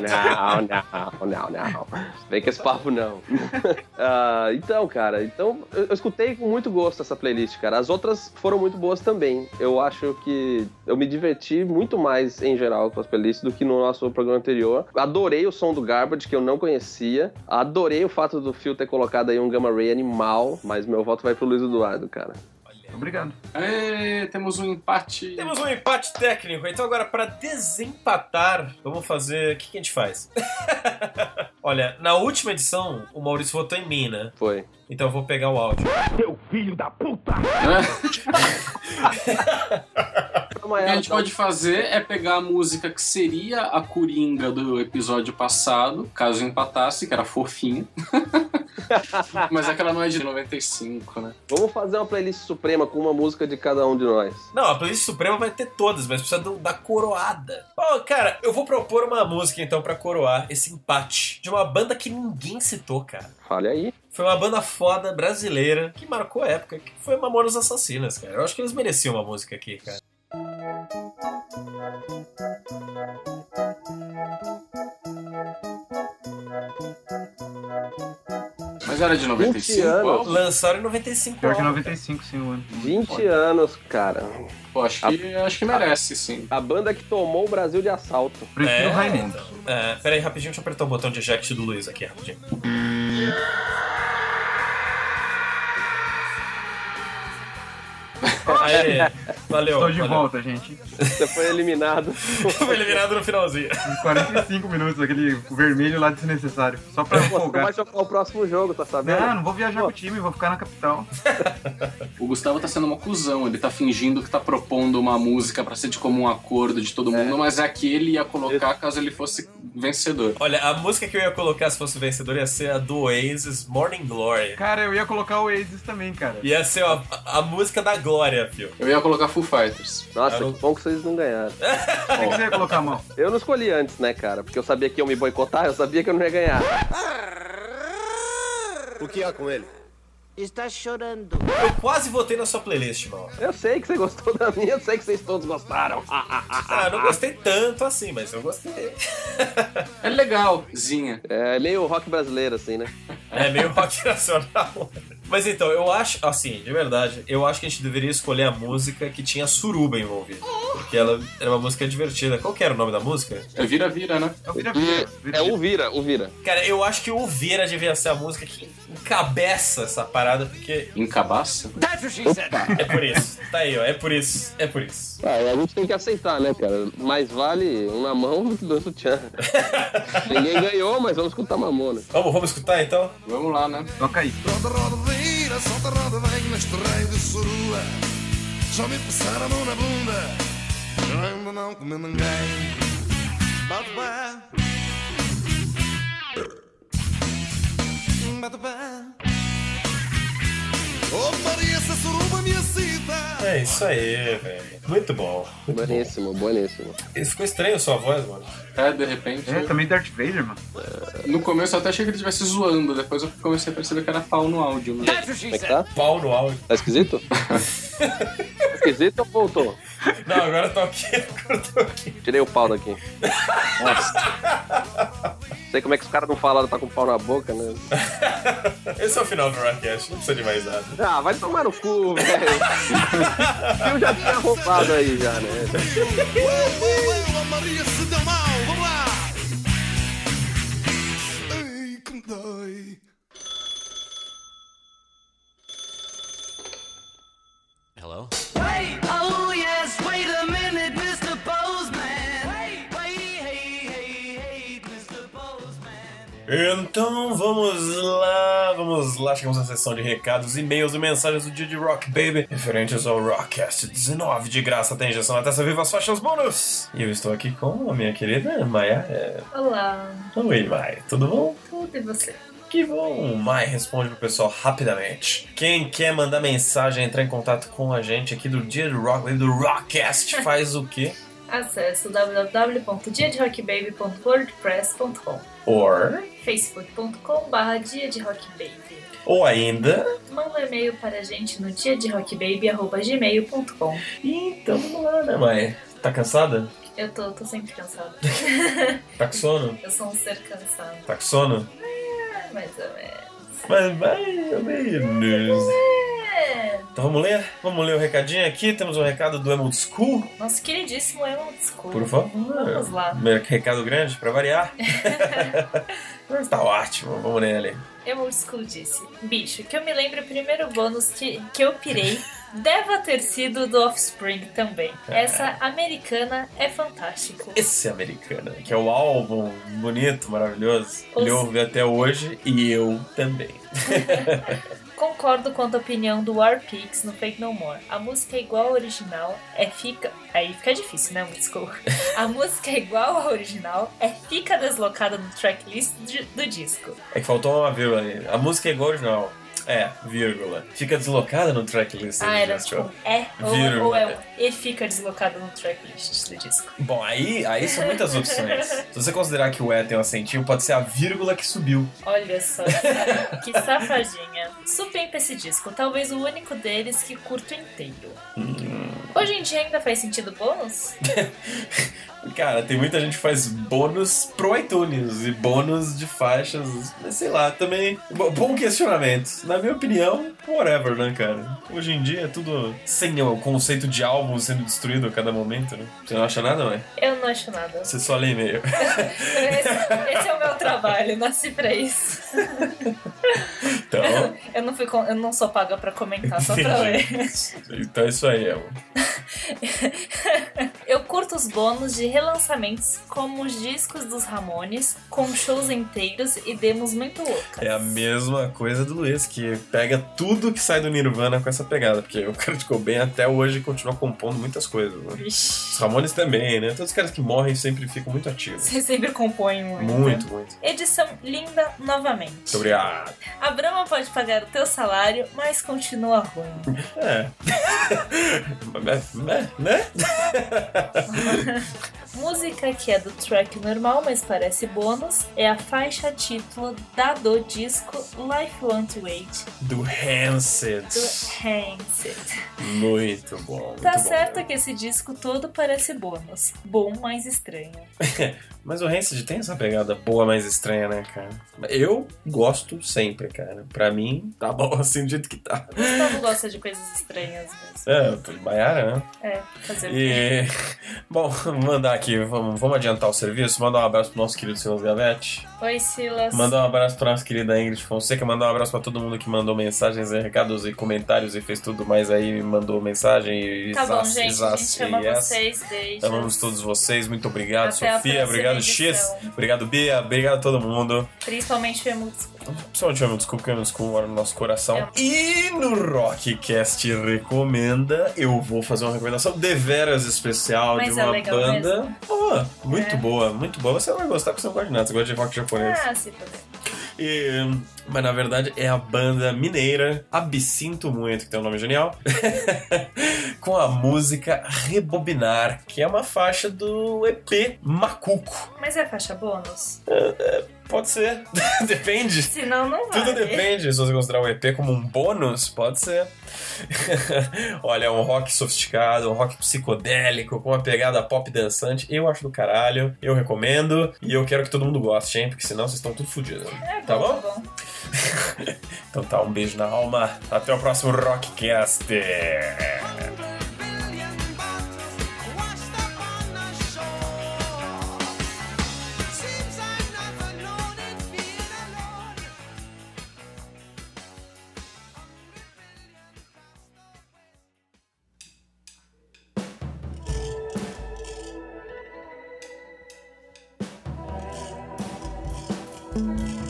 [SPEAKER 2] não, não, não, não. Vem com esse papo, não. Ah, então, cara, então eu, eu escutei com muito gosto essa playlist, cara. As outras foram muito boas também. Eu acho que eu me diverti muito mais em geral com as playlists do que no nosso programa anterior. Adorei o som do Garbage, que eu não conhecia. Adorei o fato do Phil ter colocado aí um Gamma Ray animal, mas meu voto vai pro Luiz Eduardo, cara.
[SPEAKER 4] Obrigado.
[SPEAKER 3] Aê, temos um empate.
[SPEAKER 1] Temos um empate técnico, então agora para desempatar, vamos fazer. O que, que a gente faz? Olha, na última edição, o Maurício votou em mim, né?
[SPEAKER 2] Foi.
[SPEAKER 1] Então eu vou pegar o áudio.
[SPEAKER 6] Seu filho da puta!
[SPEAKER 3] O que a gente pode fazer é pegar a música que seria a coringa do episódio passado, caso empatasse, que era fofinha. Mas é que ela não é de 95, né?
[SPEAKER 2] Vamos fazer uma playlist suprema com uma música de cada um de nós.
[SPEAKER 1] Não, a playlist suprema vai ter todas, mas precisa do- da coroada. Ó, cara, eu vou propor uma música então para coroar esse empate de uma banda que ninguém citou, cara.
[SPEAKER 2] Fale aí.
[SPEAKER 1] Foi uma banda foda brasileira que marcou a época, que foi Mamonas Assassinas, cara. Eu acho que eles mereciam uma música aqui, cara.
[SPEAKER 3] Mas era de 95?
[SPEAKER 2] 20 anos.
[SPEAKER 3] Pô,
[SPEAKER 1] Lançaram em 95.
[SPEAKER 4] Pior que é
[SPEAKER 1] ó.
[SPEAKER 4] 95, sim, o ano.
[SPEAKER 2] 20 anos, cara.
[SPEAKER 3] pô, acho, que, acho que merece, sim.
[SPEAKER 2] A banda que tomou o Brasil de assalto.
[SPEAKER 1] É,
[SPEAKER 4] Prefiro o Raimundo.
[SPEAKER 1] então. É, pera aí, rapidinho, deixa eu apertar o botão de eject do Luiz aqui, rapidinho. Aê, valeu.
[SPEAKER 4] Estou de
[SPEAKER 1] valeu.
[SPEAKER 4] volta, gente.
[SPEAKER 2] Você foi eliminado.
[SPEAKER 1] Foi eliminado no finalzinho.
[SPEAKER 4] Em 45 minutos, aquele vermelho lá desnecessário. Só pra
[SPEAKER 2] Pô, você não
[SPEAKER 4] folgar.
[SPEAKER 2] vai jogar o próximo jogo, tá sabendo?
[SPEAKER 4] Não, não vou viajar com o time, vou ficar na capital.
[SPEAKER 3] O Gustavo tá sendo uma cuzão, ele tá fingindo que tá propondo uma música pra ser de comum acordo de todo mundo, mas é que ele ia colocar caso ele fosse vencedor.
[SPEAKER 1] Olha, a música que eu ia colocar se fosse vencedor ia ser a do Oasis, Morning Glory.
[SPEAKER 4] Cara, eu ia colocar o Oasis também, cara.
[SPEAKER 1] Ia ser a, a música da glória, filho.
[SPEAKER 3] Eu ia colocar Full Fighters.
[SPEAKER 2] Nossa,
[SPEAKER 1] Era um-
[SPEAKER 2] que bom que vocês não ganharam.
[SPEAKER 4] Por que que você ia colocar a mão?
[SPEAKER 2] Eu não escolhi antes, né, cara? Porque eu sabia que iam me boicotar, eu sabia que eu não ia ganhar.
[SPEAKER 6] O que há com ele?
[SPEAKER 10] Está chorando.
[SPEAKER 1] Eu quase votei na sua playlist, mano.
[SPEAKER 2] Eu sei que você gostou da minha, eu sei que vocês todos gostaram.
[SPEAKER 1] Ah, não gostei tanto assim, mas eu gostei.
[SPEAKER 3] É legal, Zinha.
[SPEAKER 2] É meio rock brasileiro, assim, né?
[SPEAKER 1] É meio rock nacional. Mas então, eu acho, assim, de verdade, eu acho que a gente deveria escolher a música que tinha suruba envolvida. Porque ela era uma música divertida. Qual que era o nome da música?
[SPEAKER 3] É Vira-Vira, né?
[SPEAKER 1] É o Vira-Vira.
[SPEAKER 2] É o Vira, o Vira.
[SPEAKER 1] Cara, eu acho que o Vira devia ser a música que encabeça essa parada, porque.
[SPEAKER 3] Encabaça?
[SPEAKER 1] É por isso. Tá aí, ó. É por isso. É por isso.
[SPEAKER 2] Ah, e a gente tem que aceitar, né, cara? Mais vale um na mão do que dois no tchan. Ninguém ganhou, mas vamos escutar Mamona.
[SPEAKER 1] Vamos, vamos escutar então?
[SPEAKER 3] Vamos lá, né?
[SPEAKER 4] Toca aí.
[SPEAKER 14] Roda, roda, vira, solta, roda, vem neste rei de surua. Já me passaram a mão na bunda, eu ainda não comi ninguém. Bate pé. Bate pé. Oh, Maria, essa suruba me excita.
[SPEAKER 1] É isso aí, velho. Muito bom. Muito bom.
[SPEAKER 2] Boníssimo, boníssimo.
[SPEAKER 1] Isso Ficou estranho a sua voz, mano.
[SPEAKER 3] É, de repente.
[SPEAKER 4] É, também Darth Vader, mano.
[SPEAKER 3] No começo eu até achei que ele estivesse zoando, depois eu comecei a perceber que era pau no áudio. Né?
[SPEAKER 2] Como é que tá?
[SPEAKER 1] Pau no áudio.
[SPEAKER 2] Tá esquisito? esquisito ou voltou?
[SPEAKER 1] Não, agora tá ok. Agora tá ok.
[SPEAKER 2] Tirei o pau daqui. Nossa. Sei como é que os caras não falaram, tá com pau na boca, né?
[SPEAKER 1] Esse é o final do Rockcast, não precisa de mais nada.
[SPEAKER 2] Ah, vai tomar no cu, velho. Eu já tinha roubado aí, já, né?
[SPEAKER 14] Ué, a Maria se deu mal, vamos lá! Ai, que me dói.
[SPEAKER 12] Hello?
[SPEAKER 5] Wait, oh yes, wait a minute, Mr. Bozeman. Wait, wait, hey, hey, hey, Mr. Bozeman.
[SPEAKER 1] Então vamos lá, vamos lá, chegamos à sessão de recados, e-mails e mensagens do dia de Rock Baby, referentes ao Rockcast 19, de graça, tem injeção na testa viva, as faixas bônus! E eu estou aqui com a minha querida Maia. é,
[SPEAKER 15] Olá,
[SPEAKER 1] Oi, Maia, tudo bom?
[SPEAKER 15] tudo e você?
[SPEAKER 1] Que bom! Mai responde pro pessoal rapidamente. Quem quer mandar mensagem, entrar em contato com a gente aqui do dia do Rock, do Rockcast, faz o quê?
[SPEAKER 15] Acesse o www.diaderockbaby.wordpress.com
[SPEAKER 1] Or,
[SPEAKER 15] facebook.com barra dia de rockbaby
[SPEAKER 1] ou ainda.
[SPEAKER 15] Manda um e-mail para a gente no dia de rockbaby.gmail.com
[SPEAKER 1] Então vamos lá, né, Mai? Tá cansada?
[SPEAKER 15] Eu tô, tô sempre cansada.
[SPEAKER 1] Tá com sono?
[SPEAKER 15] Eu sou um ser cansado.
[SPEAKER 1] Tá com sono?
[SPEAKER 15] É, Mais ou menos.
[SPEAKER 1] Mas mais ou menos.
[SPEAKER 15] É.
[SPEAKER 1] Então vamos ler? Vamos ler o recadinho aqui. Temos um recado do Emo School.
[SPEAKER 15] Nosso queridíssimo Emma Desculpa.
[SPEAKER 1] Por favor.
[SPEAKER 15] Vamos lá.
[SPEAKER 1] Primeiro recado grande, pra variar. Mas tá ótimo, vamos nele.
[SPEAKER 15] Emo School disse: Bicho, que eu me lembro, o primeiro bônus que, que eu pirei deva ter sido do Offspring também. Essa americana é fantástico.
[SPEAKER 1] Esse Americana, que é o álbum bonito, maravilhoso.
[SPEAKER 15] Ouça.
[SPEAKER 1] Ele ouve até hoje e eu também.
[SPEAKER 15] Concordo quanto à opinião do Warpix no Fake No More. A música é igual à original, é fica. Aí fica difícil, né? Desculpa. A música é igual à original, é fica deslocada no tracklist de- do disco.
[SPEAKER 1] É que faltou uma vírgula aí. A música é igual ao original. É, vírgula. Fica deslocada no tracklist.
[SPEAKER 15] Ah,
[SPEAKER 1] do
[SPEAKER 15] era
[SPEAKER 1] disco.
[SPEAKER 15] tipo, é ou,
[SPEAKER 1] Vírgula.
[SPEAKER 15] ou é um. E fica deslocada no tracklist do disco.
[SPEAKER 1] Bom, aí, aí são muitas opções. Se você considerar que o E tem um acentinho, pode ser a vírgula que subiu.
[SPEAKER 15] Olha só, cara, que safadinha. Supimpa esse disco, talvez o único deles que curto inteiro. Hoje em dia ainda faz sentido bônus?
[SPEAKER 1] Cara, tem muita gente que faz bônus pro iTunes e bônus de faixas, mas sei lá, também. bo- Bom questionamento. Na minha opinião, whatever, né, cara? Hoje em dia é tudo sem o conceito de álbum sendo destruído a cada momento, né? Você não acha nada, mãe?
[SPEAKER 15] Eu não acho nada.
[SPEAKER 1] Você só lê e-mail.
[SPEAKER 15] Esse, esse é o meu trabalho, nasci pra isso.
[SPEAKER 1] Então.
[SPEAKER 15] Eu não, fui, com- eu não sou paga pra comentar, só pra ler.
[SPEAKER 1] Então é isso aí, amor.
[SPEAKER 15] Eu curto os bônus de relançamentos, como os discos dos Ramones, com shows inteiros e demos muito louca.
[SPEAKER 1] É a mesma coisa do Luiz, que pega tudo que sai do Nirvana com essa pegada, porque o cara ficou bem até hoje e continua compondo muitas coisas. Né?
[SPEAKER 15] Vixe,
[SPEAKER 1] Os Ramones também, né? Todos os caras que morrem sempre ficam muito ativos.
[SPEAKER 15] Você sempre compõe muito.
[SPEAKER 1] Muito, muito.
[SPEAKER 15] Edição linda novamente.
[SPEAKER 1] Muito obrigado.
[SPEAKER 15] A Brahma pode pagar o teu salário, mas continua ruim.
[SPEAKER 1] Né? É. Mas, né? né?
[SPEAKER 15] Música que é do track normal, mas parece bônus, é a faixa título da do disco Life Won't Wait,
[SPEAKER 1] Do Rancid.
[SPEAKER 15] do Rancid.
[SPEAKER 1] Muito bom. Muito
[SPEAKER 15] Tá
[SPEAKER 1] bom.
[SPEAKER 15] certo que esse disco todo parece bônus. Bom, mas estranho.
[SPEAKER 1] Mas o Rancid tem essa pegada boa, mas estranha, né, cara? Eu gosto sempre, cara. Pra mim, tá bom assim do jeito que tá.
[SPEAKER 15] O Gustavo gosta de coisas estranhas mesmo.
[SPEAKER 1] É, tô de Baiara, né?
[SPEAKER 15] É, fazer o quê?
[SPEAKER 1] E. Bom, mandar aqui, vamos, vamos adiantar o serviço, mandar um abraço pro nosso querido Silas Gavete.
[SPEAKER 15] Oi, Silas.
[SPEAKER 1] Mandar um abraço pra nossa querida Ingrid Fonseca, mandar um abraço pra todo mundo que mandou mensagens, e recados e comentários e fez tudo mais aí, mandou mensagem e
[SPEAKER 15] Tá bom,
[SPEAKER 1] zás,
[SPEAKER 15] gente. A
[SPEAKER 1] zás,
[SPEAKER 15] gente ama
[SPEAKER 1] e um yes.
[SPEAKER 15] vocês. Beijos.
[SPEAKER 1] Amamos todos vocês, muito obrigado,
[SPEAKER 15] Até a
[SPEAKER 1] Sofia,
[SPEAKER 15] próxima
[SPEAKER 1] obrigado,
[SPEAKER 15] edição.
[SPEAKER 1] X, obrigado, Bia, obrigado a todo mundo.
[SPEAKER 15] Principalmente o Emuts.
[SPEAKER 1] Principalmente o Amo Desculpa, porque o Amo Desculpa mora no nosso coração. E no Rockcast Recomenda, eu vou fazer uma recomendação deveras especial
[SPEAKER 15] Mas
[SPEAKER 1] de
[SPEAKER 15] é
[SPEAKER 1] uma
[SPEAKER 15] legal
[SPEAKER 1] banda.
[SPEAKER 15] mesmo. É.
[SPEAKER 1] Boa, muito boa, muito boa. Você não vai gostar porque você não gosta de nada, você gosta de rock japonês.
[SPEAKER 15] Ah, se puder.
[SPEAKER 1] E, mas na verdade é a banda mineira Absinto Muito, que tem um nome genial, com a música Rebobinar, que é uma faixa do EP Macuco.
[SPEAKER 15] Mas é faixa bônus?
[SPEAKER 1] É, é, pode ser, depende.
[SPEAKER 15] Senão não vai.
[SPEAKER 1] Tudo depende. Se você considerar o EP como um bônus, pode ser. Olha, é um rock sofisticado, um rock psicodélico, com uma pegada pop dançante. Eu acho do caralho. Eu recomendo. E eu quero que todo mundo goste, hein? Porque senão vocês estão tudo fodidos.
[SPEAKER 15] É
[SPEAKER 1] tá bom?
[SPEAKER 15] Tá bom.
[SPEAKER 1] Então tá, um beijo na alma. Até o próximo Rockcast.
[SPEAKER 5] Seems I've never known it being alone.
[SPEAKER 13] Thank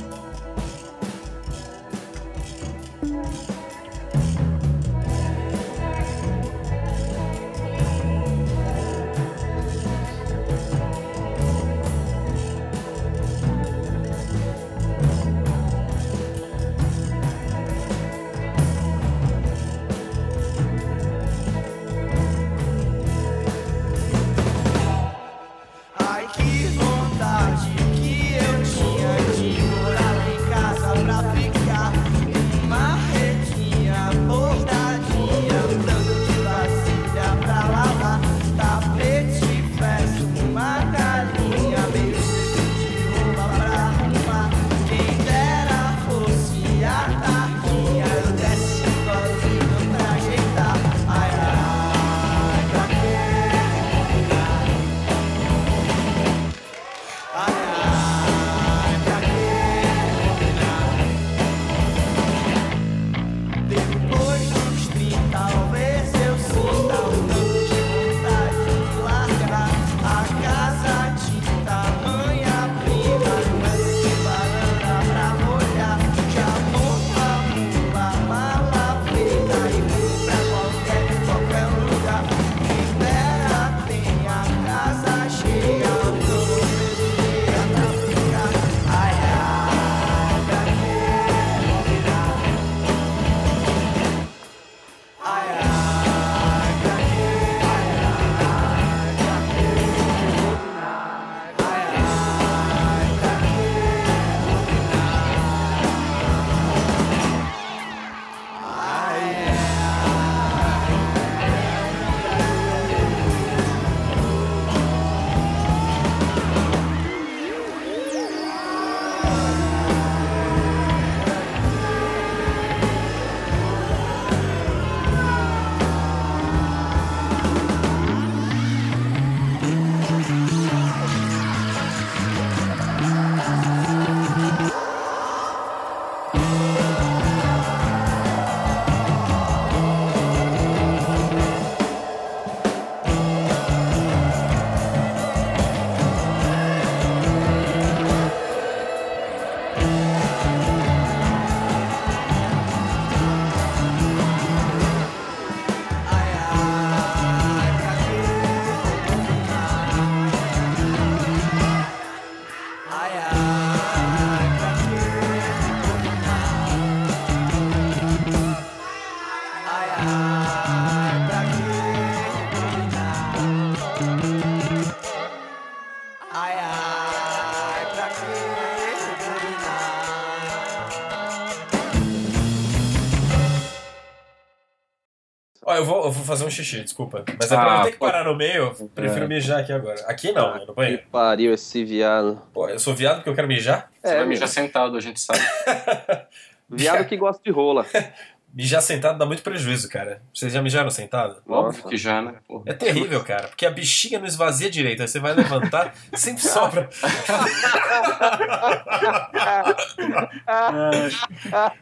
[SPEAKER 1] Ó, eu vou, eu vou fazer um xixi, desculpa. Mas é pra
[SPEAKER 2] Ah,
[SPEAKER 1] não ter que
[SPEAKER 2] pode-
[SPEAKER 1] parar no meio, eu prefiro
[SPEAKER 2] É.
[SPEAKER 1] mijar aqui agora. Aqui não, é no banheiro.
[SPEAKER 2] Pariu esse viado.
[SPEAKER 1] Pô, eu sou viado porque eu quero mijar?
[SPEAKER 2] É, vai mijar
[SPEAKER 1] sentado, a gente sabe.
[SPEAKER 2] Viado que gosta de rola.
[SPEAKER 1] Mijar sentado dá muito prejuízo, cara. Vocês já mijaram sentado?
[SPEAKER 2] Óbvio Nossa. que já, né?
[SPEAKER 1] É terrível, cara, porque a bexiga não esvazia direito. Aí você vai levantar, sempre sobra.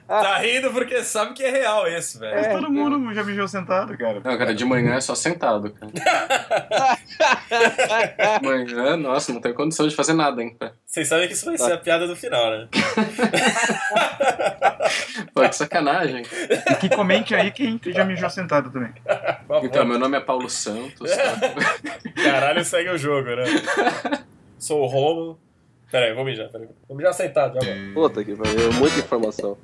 [SPEAKER 1] tá rindo porque sabe que é real esse, velho.
[SPEAKER 4] Mas todo mundo já mijou sentado, cara.
[SPEAKER 3] Não, cara, de manhã é só sentado, cara. manhã, nossa, não tem condição de fazer nada, hein, cara.
[SPEAKER 1] Vocês sabem que isso vai ser a piada do final, né?
[SPEAKER 3] Pô, que sacanagem.
[SPEAKER 4] E que comente aí quem já mijou sentado também.
[SPEAKER 3] Então, meu nome é Paulo Santos.
[SPEAKER 1] Caralho, segue o jogo, né? Sou o Romo. Peraí, vou mijar, peraí. Vou mijar sentado, já volto.
[SPEAKER 2] Puta que pariu, muita informação.